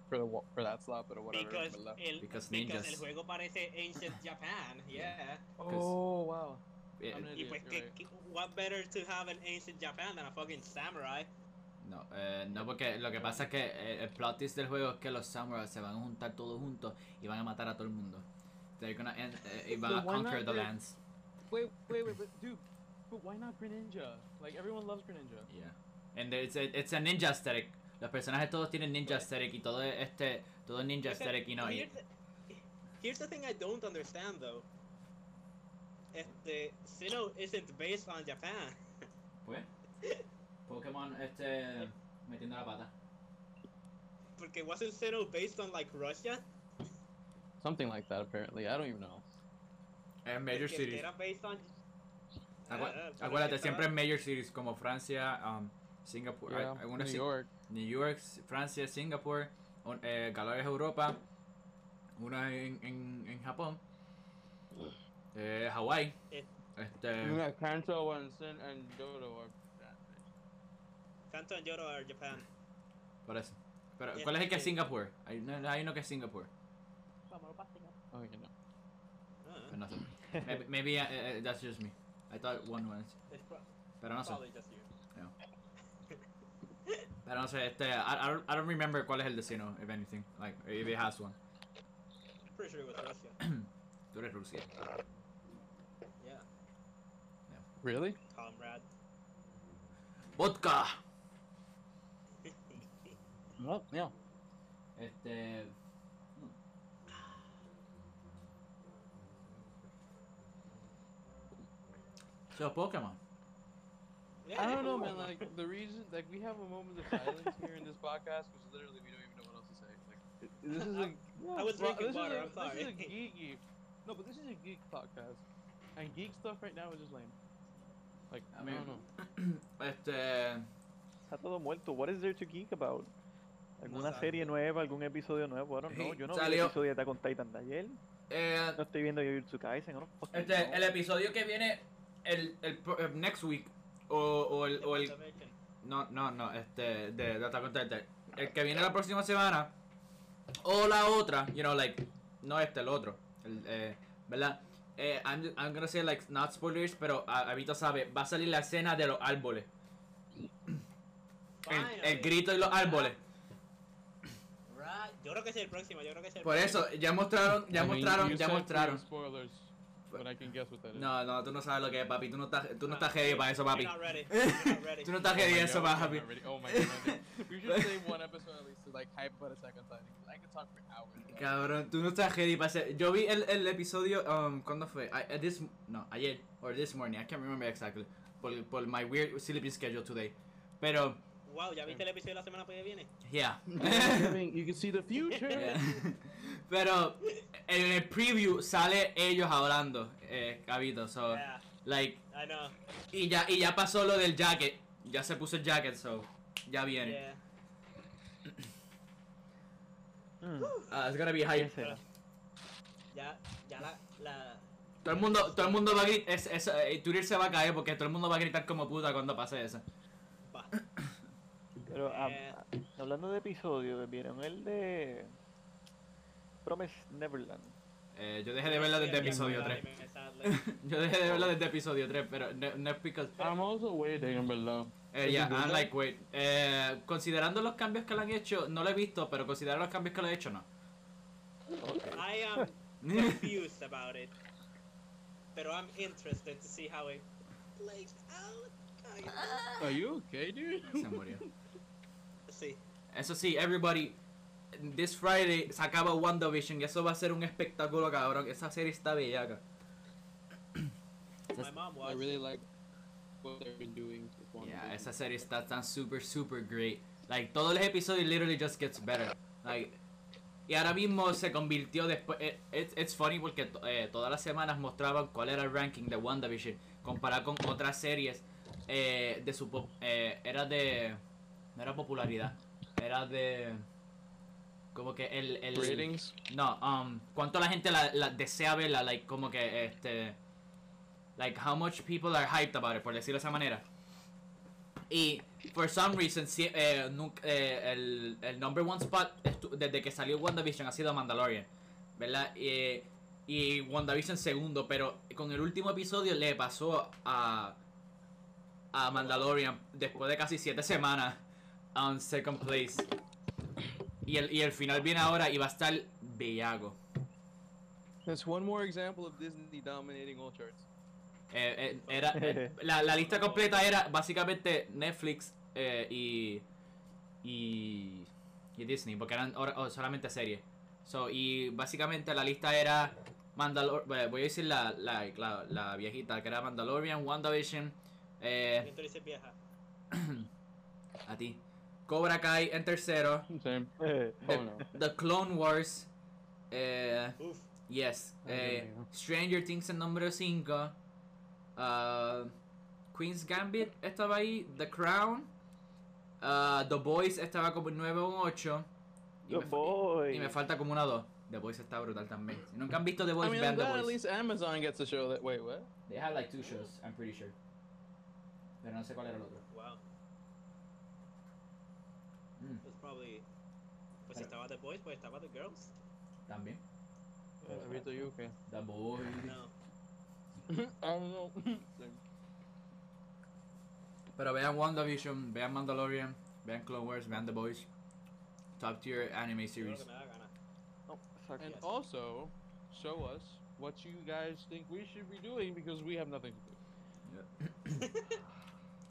for the wa- for that slot, but whatever.
Because
but left.
el,
Because
because el
ninjas.
juego parece Ancient Japan, yeah.
oh wow.
Eh,
I'm gonna-
Y
Idiot,
pues,
you're
que,
right.
que- what better to have an Ancient Japan than a fucking samurai?
No, eh, no, porque lo que pasa es que eh, el plot twist del juego es que los samurais se van a juntar todos juntos y van a matar a todo el mundo. They're gonna end, eh, y van
So
a
why not
conquer the
the-
lands.
Wait, wait, wait, but dude, but why not Greninja? Like everyone loves Greninja.
Yeah. And it's a, it's a ninja aesthetic. Los personajes todos tienen
Pues.
ninja aesthetic y todo es este todo es ninja
Pero
aesthetic y no. y-
Here's the, here's the thing I don't understand though. Este, Sinnoh isn't based on Japan.
Pues, Pokémon este metiendo la pata.
Porque wasn't Sinnoh based on like Russia?
Something like that, apparently. I don't even know.
En major
Porque
cities.
Era based on...
Acu-
Ah, pero
acuérdate
estaba-
siempre en major cities como Francia, um, Singapur,
Yeah,
algunas
New
ci-
York.
New York, Francia, Singapur, un- eh, Galaria es Europa, una en, en, en Japón, eh, Hawái,
Eh.
este,
Yeah, Kanto and Sin and Dodo are bad.
Kanto and Yoto are Japan.
por eso. Pero,
Yeah,
¿cuál es el que es
ok.
Singapur? Hay, no- hay uno que es Singapur.
Vámonos para Singapur.
Okay, no.
Ah,
Pero no sé.
¿Eh?
Maybe, maybe, uh, uh, that's just me. I thought one was.
It's pro-
Pero no sé.
probably just you.
Pero no sé, este, I, I, don't, I don't remember cuál es el destino, if anything. Like, if it has one.
I'm pretty sure it was Russia.
Tú eres Rusia.
Yeah,
Really?
comrade.
¡Vodka!
Well, yeah.
Este. So, Pokémon.
Yeah,
I don't know,
cool.
man. Like the reason, like we have a moment of silence here in this podcast, which literally we don't even know what else to say. Like it- this is a
I was
well,
drinking
this is
water,
a-
I'm sorry.
This is a geeky. No, but this is a geek podcast, and geek stuff right now is just lame. Like
I
I,
mean-
don't know.
Este.
Está todo muerto. What is there to geek about? ¿Alguna
Exacto.
serie nueva? ¿Algún episodio nuevo? I don't know.
Sí,
Yo no vi el
salió.
episodio de Attack on Titan de ayer.
Eh,
No estoy viendo Jujutsu Kaisen. I don't fucking
este,
know.
el episodio que viene el, el, pro- eh, next week o, o el, o el
Dimension.
no no no este de, de Attack on Titan. el que viene la próxima semana o la otra you know like no este el otro el, eh, verdad eh, I'm, I'm gonna say like not spoilers pero a- Abito sabe va a salir la escena de los árboles el, el
Finally.
grito y los árboles
Right. Yo creo que es el próximo, yo creo que es el
por
próximo.
eso ya mostraron ya
I mean,
mostraron
you
ya
said we
mostraron
have Spoilers, but I can guess what that is.
no no tú no sabes lo que es papi tú no estás tú no
Ah,
estás heavy para eso papi
You're not ready. You're not ready.
tú no estás
Oh my
heavy
God,
eso
we
para
can't
papi
already- Oh my god. we should save one episode at least to like hype about a second time. I could talk for hours. about it.
Cabrón, tú no estás ready para hacer. Yo vi el, el episodio. Um, ¿Cuándo fue? I- eh, this, no, ayer. Or this morning. I can't remember exactly. Por, por my weird sleeping schedule today. Pero,
Wow, ¿ya viste el episodio de la semana que viene?
yeah.
you can see the future.
Yeah. Pero, en el preview sale ellos hablando. Eh, Gabito, so.
Yeah,
Like.
I know.
Y ya, y ya pasó lo del jacket. Ya se puso el jacket, so. Ya viene.
Yeah.
Mm,
Ah, it's gonna be
¿Qué
hype.
será?
Ya, ya la, la...
Todo el mundo, todo el mundo va a gritar. Es, es- eh, Twitter se va a caer porque todo el mundo va a gritar como puta cuando pase eso.
va.
Pero ah,
Yeah.
Eh.
ah, hablando de episodios, ¿vieron el de Promise Neverland?
Eh, yo dejé de verlo desde episodio 3. Yo dejé de verlo desde episodio 3, pero no, no es because...
I'm also waiting, en verdad.
Eh, yeah, I'm like, wait. Eh, considerando los cambios que le han hecho, no lo he visto, pero considerando los cambios que le he hecho, no.
I am confused about it. Pero I'm interested to see how it plays out. kind of.
Are you okay, dude?
Se murió.
Sí.
Eso sí, everybody, this Friday se acaba WandaVision y eso va a ser un espectáculo, cabrón. Esa serie está bellaca.
My mom
I
watched.
really like what they've been doing. with Wonder
Yeah,
Woman.
esa serie está tan super, super great. Like, todos los episodios literally just gets better. Like, y ahora mismo se convirtió después... eh, It's, it's funny porque to- eh, todas las semanas mostraban cuál era el ranking de WandaVision comparado con otras series eh, de su... pop- eh, era de... No era popularidad. Era de... Como que el... el
ratings.
no, um, cuánto la gente la, la desea verla, like, como que, este, like, how much people are hyped about it, por decirlo de esa manera. Y, for some reason, si- eh, nunca- eh, el, el number one spot estu- desde que salió WandaVision ha sido Mandalorian, ¿verdad? Y, y WandaVision segundo, pero con el último episodio le pasó a, a Mandalorian, después de casi siete semanas, on second place. Y el, y el final viene ahora y va a estar bellaco.
That's one more example of Disney dominating all charts.
Eh, eh, era, eh, la, la lista completa era básicamente Netflix eh, y, y, y Disney, porque eran ahora- oh, solamente series. So, y básicamente la lista era Mandalorian, voy a decir la, la, la- la viejita, que era Mandalorian, WandaVision, eh,
Entonces dice vieja.
a ti, Cobra Kai en tercero,
Same. Oh no.
The Clone Wars, eh,
Uf.
Yes.
Ay, Dios
eh,
mío.
Stranger Things en número 5. Queen's Gambit estaba ahí. The Crown. ah, The Boys estaba como 9 o 8. Y,
The
me fa- y me
Boys.
falta como una 2. The Boys está brutal también. Si nunca han visto The
I
Boys,
mean,
vean
I'm
The
glad at
Boys.
least Amazon gets a show that. Wait, what?
They had like two shows, I'm pretty sure. Pero no sé cuál era el otro.
Wow.
Mm.
It's probably Pues si estaba The Boys, pues estaba The Girls.
También.
Ahorita yo, okay.
The Boy.
No.
I don't know.
Pero vean WandaVision, vean Mandalorian, vean Clone Wars, vean The Boys. Top tier anime
Yo creo
series.
que me da gana.
No, exacto.
and
Yes.
also, show us what you guys think we should be doing because we have nothing to do.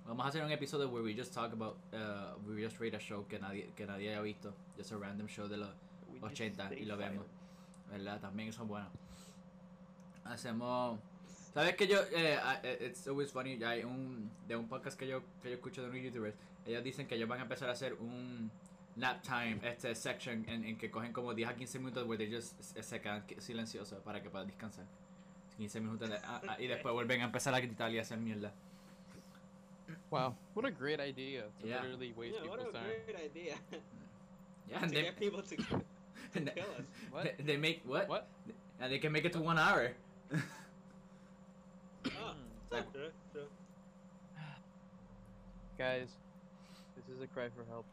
Vamos a hacer un episodio where we just talk about, uh, we just rate a show que nadie, que nadie haya visto. Just a random show de los
We just
80 y
stay
lo vemos.
silent.
¿Verdad? También son buenos. Hacemos. ¿Sabes que yo.? Eh, ah, eh, it's always funny. ya Hay un. De un podcast que yo, que yo escucho de unos youtubers. Ellos dicen que ellos van a empezar a hacer un. Nap time, este section en, en que cogen como 10 a 15 minutos where they just se se quedan qui- silenciosos para que puedan descansar. 15 minutos de- ah, ah, y después vuelven a empezar a gritar y a hacer mierda.
Wow, what a great idea to
Yeah.
literally waste
Yeah, what a
people's time.
great idea.
Yeah,
to
and they,
get people to kill
and they-
us.
What?
they make what?
What?
And they can make it to one hour.
Ah,
Mm.
Like-
true, true.
Guys, this is a cry for help.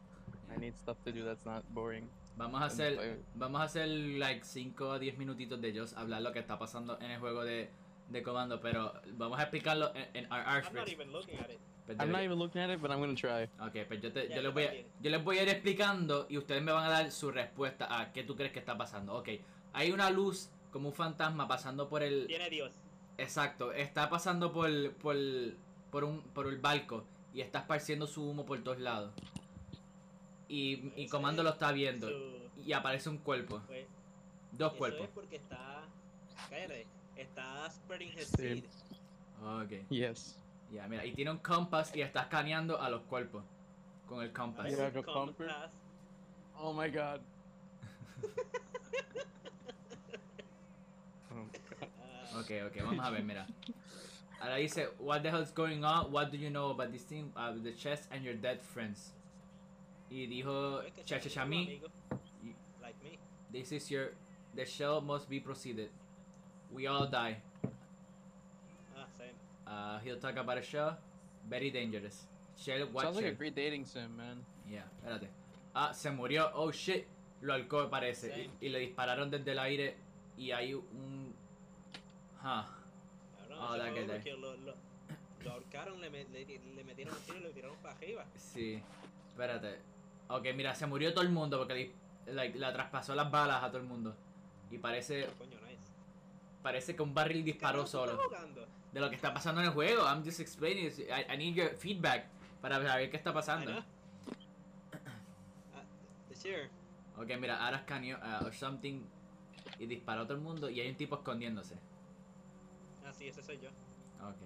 I need stuff to do that's not boring.
Vamos a
And
hacer.
play-
Vamos a hacer like 5 o 10 minutitos de ellos hablar lo que está pasando en el juego de, de comando, pero vamos a explicarlo en, en our
I'm not
Archbridge.
even looking at it.
Pues
I'm not
debería-
even looking at it, but I'm gonna try.
Ok, pues yo, te- yo,
Ya, yo
les voy a,
también.
yo les voy a ir explicando y ustedes me van a dar su respuesta a qué tú crees que está pasando. Ok, hay una luz como un fantasma pasando por el,
Tiene Dios.
Exacto, está pasando por, por, por, un, por el barco y está esparciendo su humo por todos lados. Y, y
Eso
Comando
es
lo está viendo.
Su-
Y aparece un cuerpo,
pues,
dos
eso es
cuerpos.
porque está. Cállate. Está spreading his
Sí.
seed.
Ok,
Yes.
ya, mira, y tiene un compass y está escaneando a los cuerpos con el compass.
Mira.
Con
Jacob Bumper.
las-
Oh my god. Um,
ah,
Ok, ok, vamos a ver, mira. Ahora dice, what the hell's going on? What do you know about this thing? Uh, the chest and your dead friends. Y dijo
pues, que
Chacha
sea un
Chami.
amigo,
y-
Like me.
This is your. The shell must be proceeded. We all die.
Ah, same.
Uh, he'll talk about a shell. Very dangerous. Shell, what
Sounds like
shell?
a great dating sim, man.
Yeah, espérate. Ah, se murió. Oh shit. Lo alcohol parece. Y- Y, le dispararon desde el aire. Y hay un. Huh.
Cabrón,
Ah,
ese
la
fue
que te-
porque lo, lo, lo ahorcaron, le, met- le, le metieron un tiro y lo tiraron para arriba.
Sí. Espérate. Ok, mira, se murió todo el mundo porque le, like, la traspasó las balas a todo el mundo. Y parece,
Coño, nice.
parece que un barril disparó
Cabrón, ¿tú estás
solo.
jugando?
de lo que está pasando en el juego. I'm just explaining. it. I, I need your feedback para saber qué está
I
pasando.
know. Ah, sure.
Ok, mira, ahora escaneó uh, or something y disparó a todo el mundo y hay un tipo escondiéndose.
Ah, sí, ese soy yo.
Ok.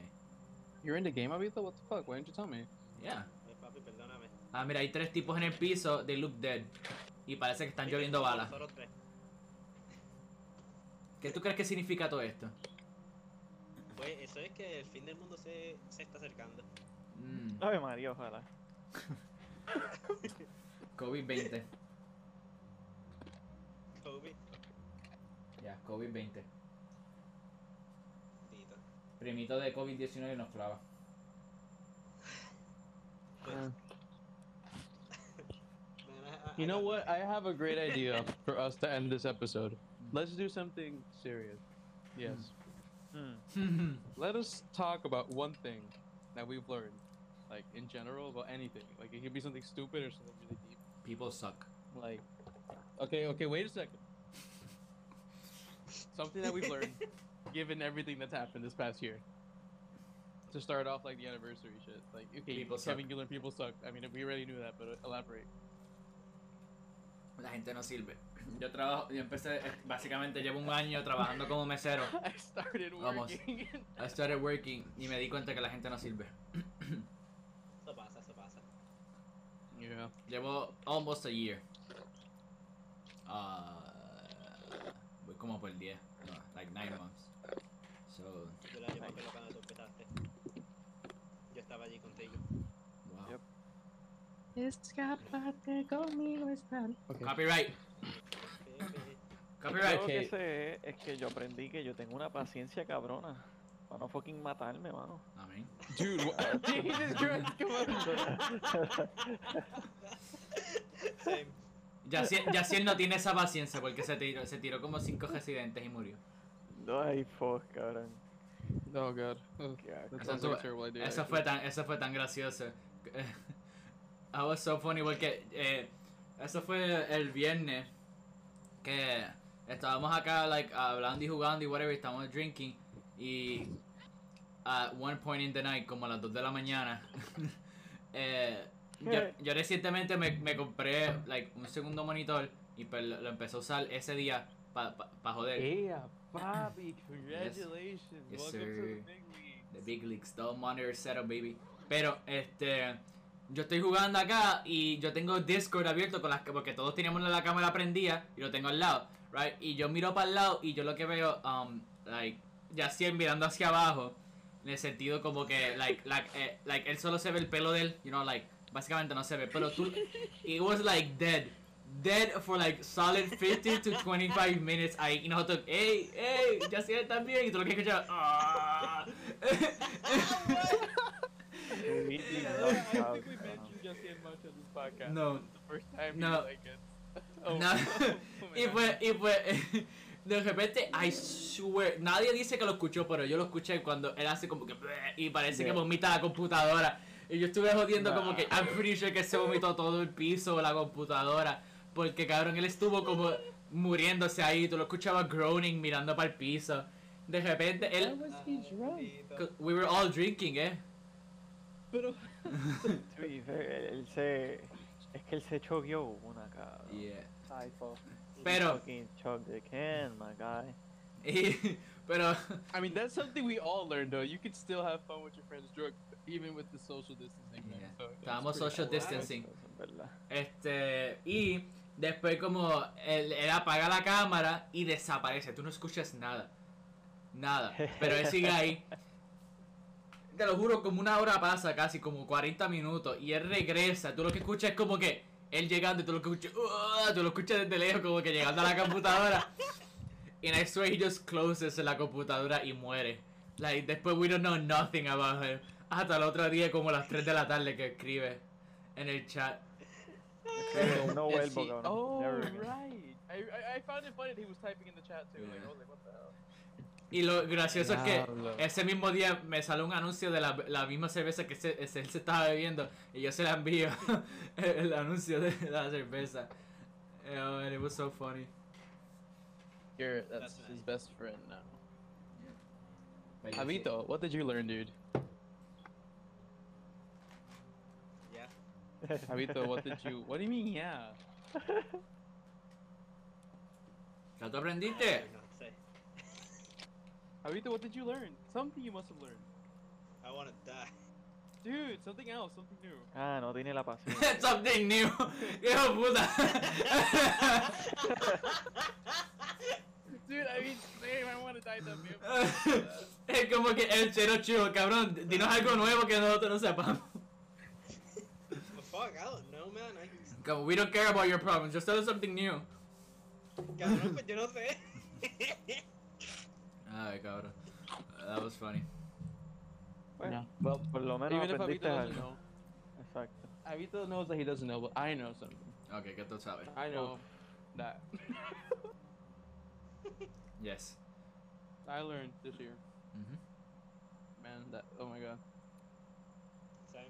You're in the game, Abita? What the fuck? Why didn't you tell me?
Yeah.
Ay, papi, perdóname.
Ah, mira, hay tres tipos en el piso. They look dead. Y parece que están
Viste,
lloviendo
somos
balas.
nosotros tres.
¿Qué tú crees que significa todo esto?
Pues eso es que el fin del mundo se, se está acercando.
Mm,
Ave María, ojalá.
COVID-20.
Kobe.
Ya, COVID-20.
Tito.
Primito de COVID-19 nos clava.
Pues,
Ah.
ah,
Uh,
man, I- I-
You
I
know
got
what? I have a great idea for us to end this episode. Let's do something serious. Yes.
Mm.
Let us talk about one thing that we've learned, like in general about anything. Like it could be something stupid or something really deep.
People suck.
Like, okay, okay, wait a second.
ah.
Something that we've learned, given everything that's happened this past year. To start off, like the anniversary shit. Like, okay,
People suck.
Kevin Gillan, people suck. I mean, we already knew that, but elaborate.
La gente no sirve. Yo trabajo, yo empecé, eh, básicamente llevo un año trabajando como mesero.
I started
Vamos.
working.
I started working y me di cuenta que la gente no sirve.
Eso pasa, eso pasa.
yeah.
Llevo almost a year. Ah, voy como por 10. No, like 9 months. So,
Yo la llevo pelo cuando tú empezaste. Yo estaba allí contigo.
wow.
Yep.
Copyright.
Yo
Copyright.
lo que
Okay.
sé es que yo aprendí que yo tengo una paciencia cabrona. Para no fucking matarme, mano.
Amén.
Dude, wha- Jesus Christ, come on.
Same.
Yaciel, Yaciel no tiene esa paciencia porque se tiró, se tiró como cinco residentes y murió.
Ay, fuck, cabrón.
Oh god. Ugh,
Qué
That
asco.
Eso
sounds like
estuvo-
a terrible idea.
Eso
actually.
fue tan, eso fue tan gracioso. I was so funny porque eh, eso fue el viernes que estábamos acá like hablando y jugando y whatever, estábamos drinking y at one point in the night, como a las 2 de la mañana, eh, yo, yo recientemente me, me compré like un segundo monitor y pues, lo, lo empecé a usar ese día para pa, pa joder.
Yeah, Bobby, congratulations.
Yes,
Welcome to the
sir.
big league.
The Big Leagues, Double Monitor Setup, baby. Pero, este. Yo estoy jugando acá y yo tengo Discord abierto con las porque todos teníamos la cámara prendida y lo tengo al lado, right? Y yo miro para el lado y yo lo que veo, um, like, Yaciel mirando hacia abajo, en el sentido como que, like, like, eh, like, él solo se ve el pelo de él, you know, like, básicamente no se ve, pero tú, it was like dead, dead for like solid 50 to 25 minutes ahí, y nosotros, hey, hey, Yaciel también, y tú lo que escuchas, ah.
Really
Oh,
knocked
I
out,
think we
cabrón.
mentioned Jesse much on this podcast.
No,
It's the first time
No.
he's like it. Oh,
No.
oh my
Y
God.
pues, y pues, de repente, I swear, nadie dice que lo escuchó, pero yo lo escuché cuando él hace como que "Bleh", y parece que
Yeah.
vomita la computadora. Y yo estuve jodiendo como que
Nah.
I'm pretty sure que se vomitó todo el piso, la computadora, porque cabrón, él estuvo como muriéndose ahí, tú lo escuchabas groaning, mirando para el piso. De repente, él,
Why was he
Ah,
drunk?
we were all drinking, eh.
Pero,
Sí, se- él se. Es que él se choqueó una cabrón. Ay, fuck.
Pero-
Fucking choked the can, my guy.
Y- pero,
I mean, that's something we all learned, though. You could still have fun with your friends drunk, even with the social distancing. thing,
Yeah.
So that's
Estábamos
pretty
social
cool.
distancing.
Eso es verdad.
Este, y después como él, él apaga la cámara y desaparece, tú no escuchas nada. Nada, pero él sigue ahí. Te lo juro, como una hora pasa casi, como 40 minutos, y él regresa, tú lo que escuchas es como que él llegando, y tú lo que escuchas, "Uah", tú lo escuchas desde lejos como que llegando a la computadora. Y I swear he just closes la computadora y muere. Like, después we don't know nothing about him. Hasta el otro día, como a las 3 de la tarde que escribe en el chat.
Pero no
Yes,
vuelvo,
he-
cabrón.
Oh,
Never again.
right. I, I, I found it funny that he was typing in the chat, too. Like,
Yeah.
I was like, what the hell?
Y lo gracioso es que ese mismo día me sale un anuncio de la, la misma cerveza que se- ese- él se estaba bebiendo y yo se la envío el anuncio de la cerveza. Oh, and it was so funny.
Garrett,
that's That's his nice.
best friend now. Javito, what did you learn, dude?
Yeah.
Javito, what did you. What do you mean, yeah?
¿Ya tú aprendiste?
Javito, what did you learn? Something you must have learned.
I want to die.
Dude, something else, something new.
Ah, no tiene la pasión.
Something new. ¡Hijo de puta!
Dude, I mean, damn, I want to die that man.
es como que el chero chivo, cabrón. Dinos algo nuevo que nosotros no sepamos.
Well, fuck, I don't know, man. I,
Como, we don't care about your problems, just tell us something new.
cabrón, pues yo no sé.
Ay, cabrón. That was funny.
Bueno, well, por lo menos
Even if Avito
aprendiste
doesn't
algo.
know.
Exacto.
Avito knows that he doesn't know, but I know something.
Ok, ¿qué tú sabes?
I know that.
Yes.
I learned this year.
Mhm.
Man, that. Oh my god.
Same.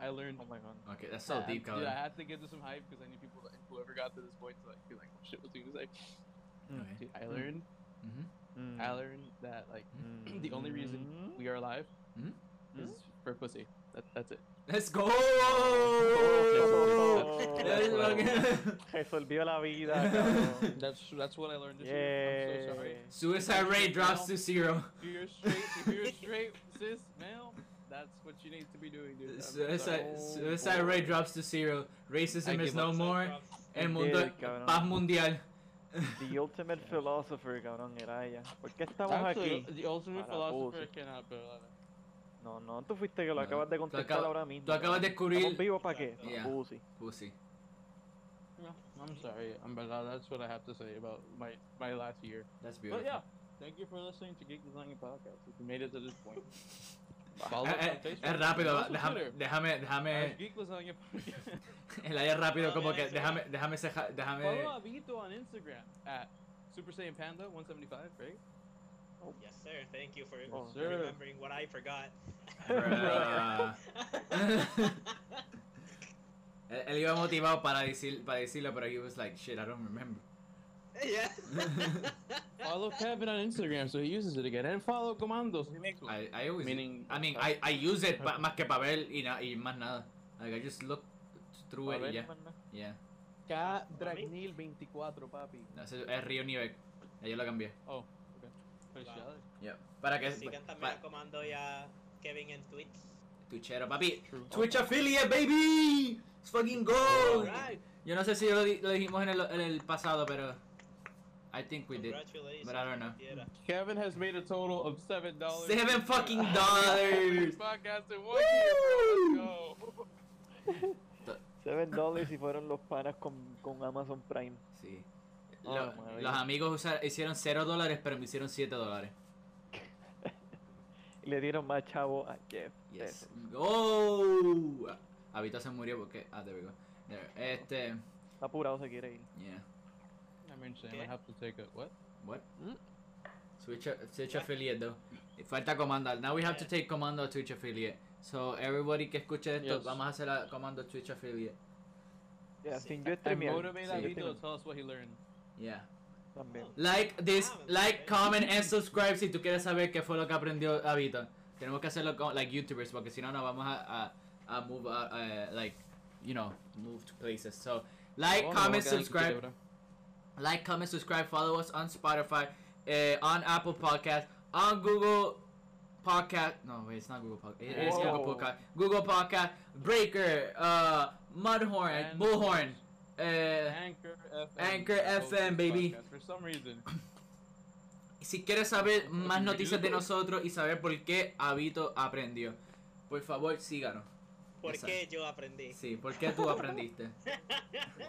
I learned.
Oh my god.
Okay, that's so
I-
deep,
Dude, I
cabrón.
had to give this some hype because I knew people that, whoever got to this point to like be like, oh, shit, what's he gonna say?
Mm-hmm. Okay.
Dude, I learned.
Mhm.
Mm.
I learned that like the only reason we are alive
Mm.
is for pussy. That, that's it.
Let's go.
Oh,
Let's
oh,
fucking-
Resolvió la vida, cabrón.
That's that's what I learned this year. I'm so sorry.
Yeah.
Suicide rate drops to zero.
If you're straight, if you're straight, cis male, that's what you need to be doing, dude. I'm sorry.
Suicide, suicide rate drops to zero.
I
Racism is
give
no
up.
more. El mundo
Did it, cabrón.
paz mundial.
The ultimate philosopher, cabrón, era ella. ¿Por qué estamos
Actually,
aquí?
the ultimate
Para
philosopher
pussy.
cannot be alive.
No, no, tú fuiste que lo
No,
acabas de
tú
contestar
acabas-
ahora mismo.
tú acabas de
cabrón.
descubrir-
¿Estamos vivos para qué?
Yeah.
Pussy.
Pussy.
Yeah, I'm sorry, um, but uh, that's what I have to say about my my last year.
That's
But Oh, yeah,
beautiful.
thank you for listening to Geek Designing Podcast. If you made it to this point, Follow us
Eh,
on
eh,
Facebook.
es rápido,
Follow us on
deja- eh.
Twitter.
déjame,
Ash
déjame,
Geek Lasagna Podcast.
el área rápido,
Follow
como
me
que
on
déjame, déjame, ceja-
Follow
déjame,
Abito on Instagram at Super Saiyan Panda 175, right?
Yes, sir. Thank you for
Oh,
for
sir.
remembering what I forgot.
Bruh. él, él iba motivado para, decir, para decirlo, pero he was like, shit, I don't remember.
yeah.
Follow Kevin on Instagram, so he uses it again. And follow Commandos. He makes one.
I, I always,
Meaning-
I mean, I, I use it pa- más que para ver y, na- y más nada. Like, I just look through
Pa'
it
ver,
y ya,
man, ¿no?
yeah.
K Dragnil 24, papi.
No, ese es Río Nive, yo lo cambié.
Oh, okay. Wait,
Wow.
shall I?
Yeah. Para que,
Sigan
pa-
también a Comando y a Kevin en Twitch.
Twitchero, papi.
True.
Twitch affiliate, baby. Let's fucking go.
Alright.
Yo no sé si lo, di- lo dijimos en el, en el pasado, pero. I think we did.
Congratulations.
But I don't know.
Yeah.
Kevin has made a total of seven dollars.
Seven fucking dollars.
Podcast in one year, bro. Let's go.
Seven dollars y fueron los panas con, con Amazon Prime.
Sí.
Oh,
Lo-
maravilla.
los amigos usa- hicieron 0 dólares, pero me hicieron 7 dólares.
Y le dieron más chavo a Jeff.
Yes.
Bezos.
Go. Habito se murió porque. Ah, there we go. There. Este.
Está apurado, se quiere ir.
Yeah.
I mean, Shane,
Okay.
I have to take a what?
What?
Hmm?
Switch, Switch affiliate though. Falta comando. Now we have to take comando Twitch affiliate. So everybody que escuche esto,
Yes.
vamos a hacer la comando Twitch affiliate.
Ya,
Sí.
sin yo
And
streamear.
motivate
sin yo
Abito
streamear.
to tell us what he learned.
Yeah.
También.
Like this,
Ah,
like,
ok.
comment and subscribe si tú quieres saber qué fue lo que aprendió Habito. Tenemos que hacerlo con, like YouTubers porque si no no vamos a, a, a move a, a- like you know move to places. So like,
Bueno,
comment,
vamos a quedar en
subscribe.
Quiquebra.
like, comment, subscribe, follow us on Spotify, eh, on Apple Podcast, on Google Podcast. No, wait, it's not Google Podcast. It is Google
Whoa.
Podcast. Google Podcast, Breaker, uh, Mudhorn,
And-
Bullhorn, eh,
Anchor FM.
Anchor
hosts this
FM, baby.
podcast For some reason.
Si quieres saber más
Oye,
noticias de
YouTube.
nosotros y saber por qué Habito aprendió, por favor síganos.
¿Por
Exacto.
qué yo aprendí?
Sí, por qué tú aprendiste.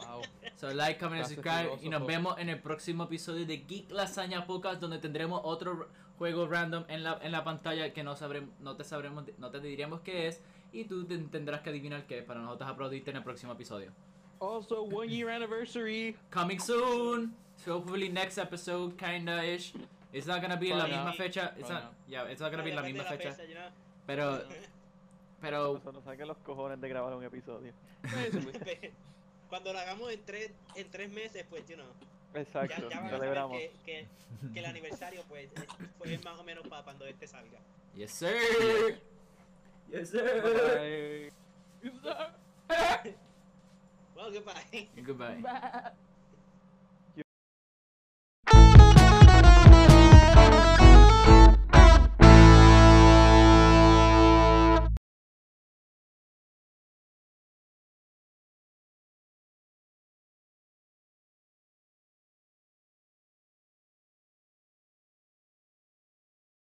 Wow.
So like, comment, and
Gracias,
subscribe y nos
filósofo.
vemos en el próximo episodio de Geek Lasaña Podcast donde tendremos otro r- juego random en la, en la pantalla que no sabremos, no te sabremos, no te diremos qué es y tú te- tendrás que adivinar qué es para nosotros aplaudirte en el próximo episodio.
Also, one year anniversary.
Coming soon. So hopefully next episode kinda ish. It's not gonna be en la
Probably
misma
not.
fecha. It's
Probably
not, yeah, it's not gonna be en la
Depende
misma
de
fecha.
you know?
Pero, pero
Eso nos saca los cojones de grabar un episodio.
Basically.
pues, Cuando lo hagamos en tres, en tres meses, pues, you know, ya,
Exacto,
ya van a saber
celebramos.
que, que, que el aniversario, pues, es, fue más o menos para cuando este salga.
yes sir. Yes sir.
Bye.
Well, goodbye.
Goodbye.
Bye.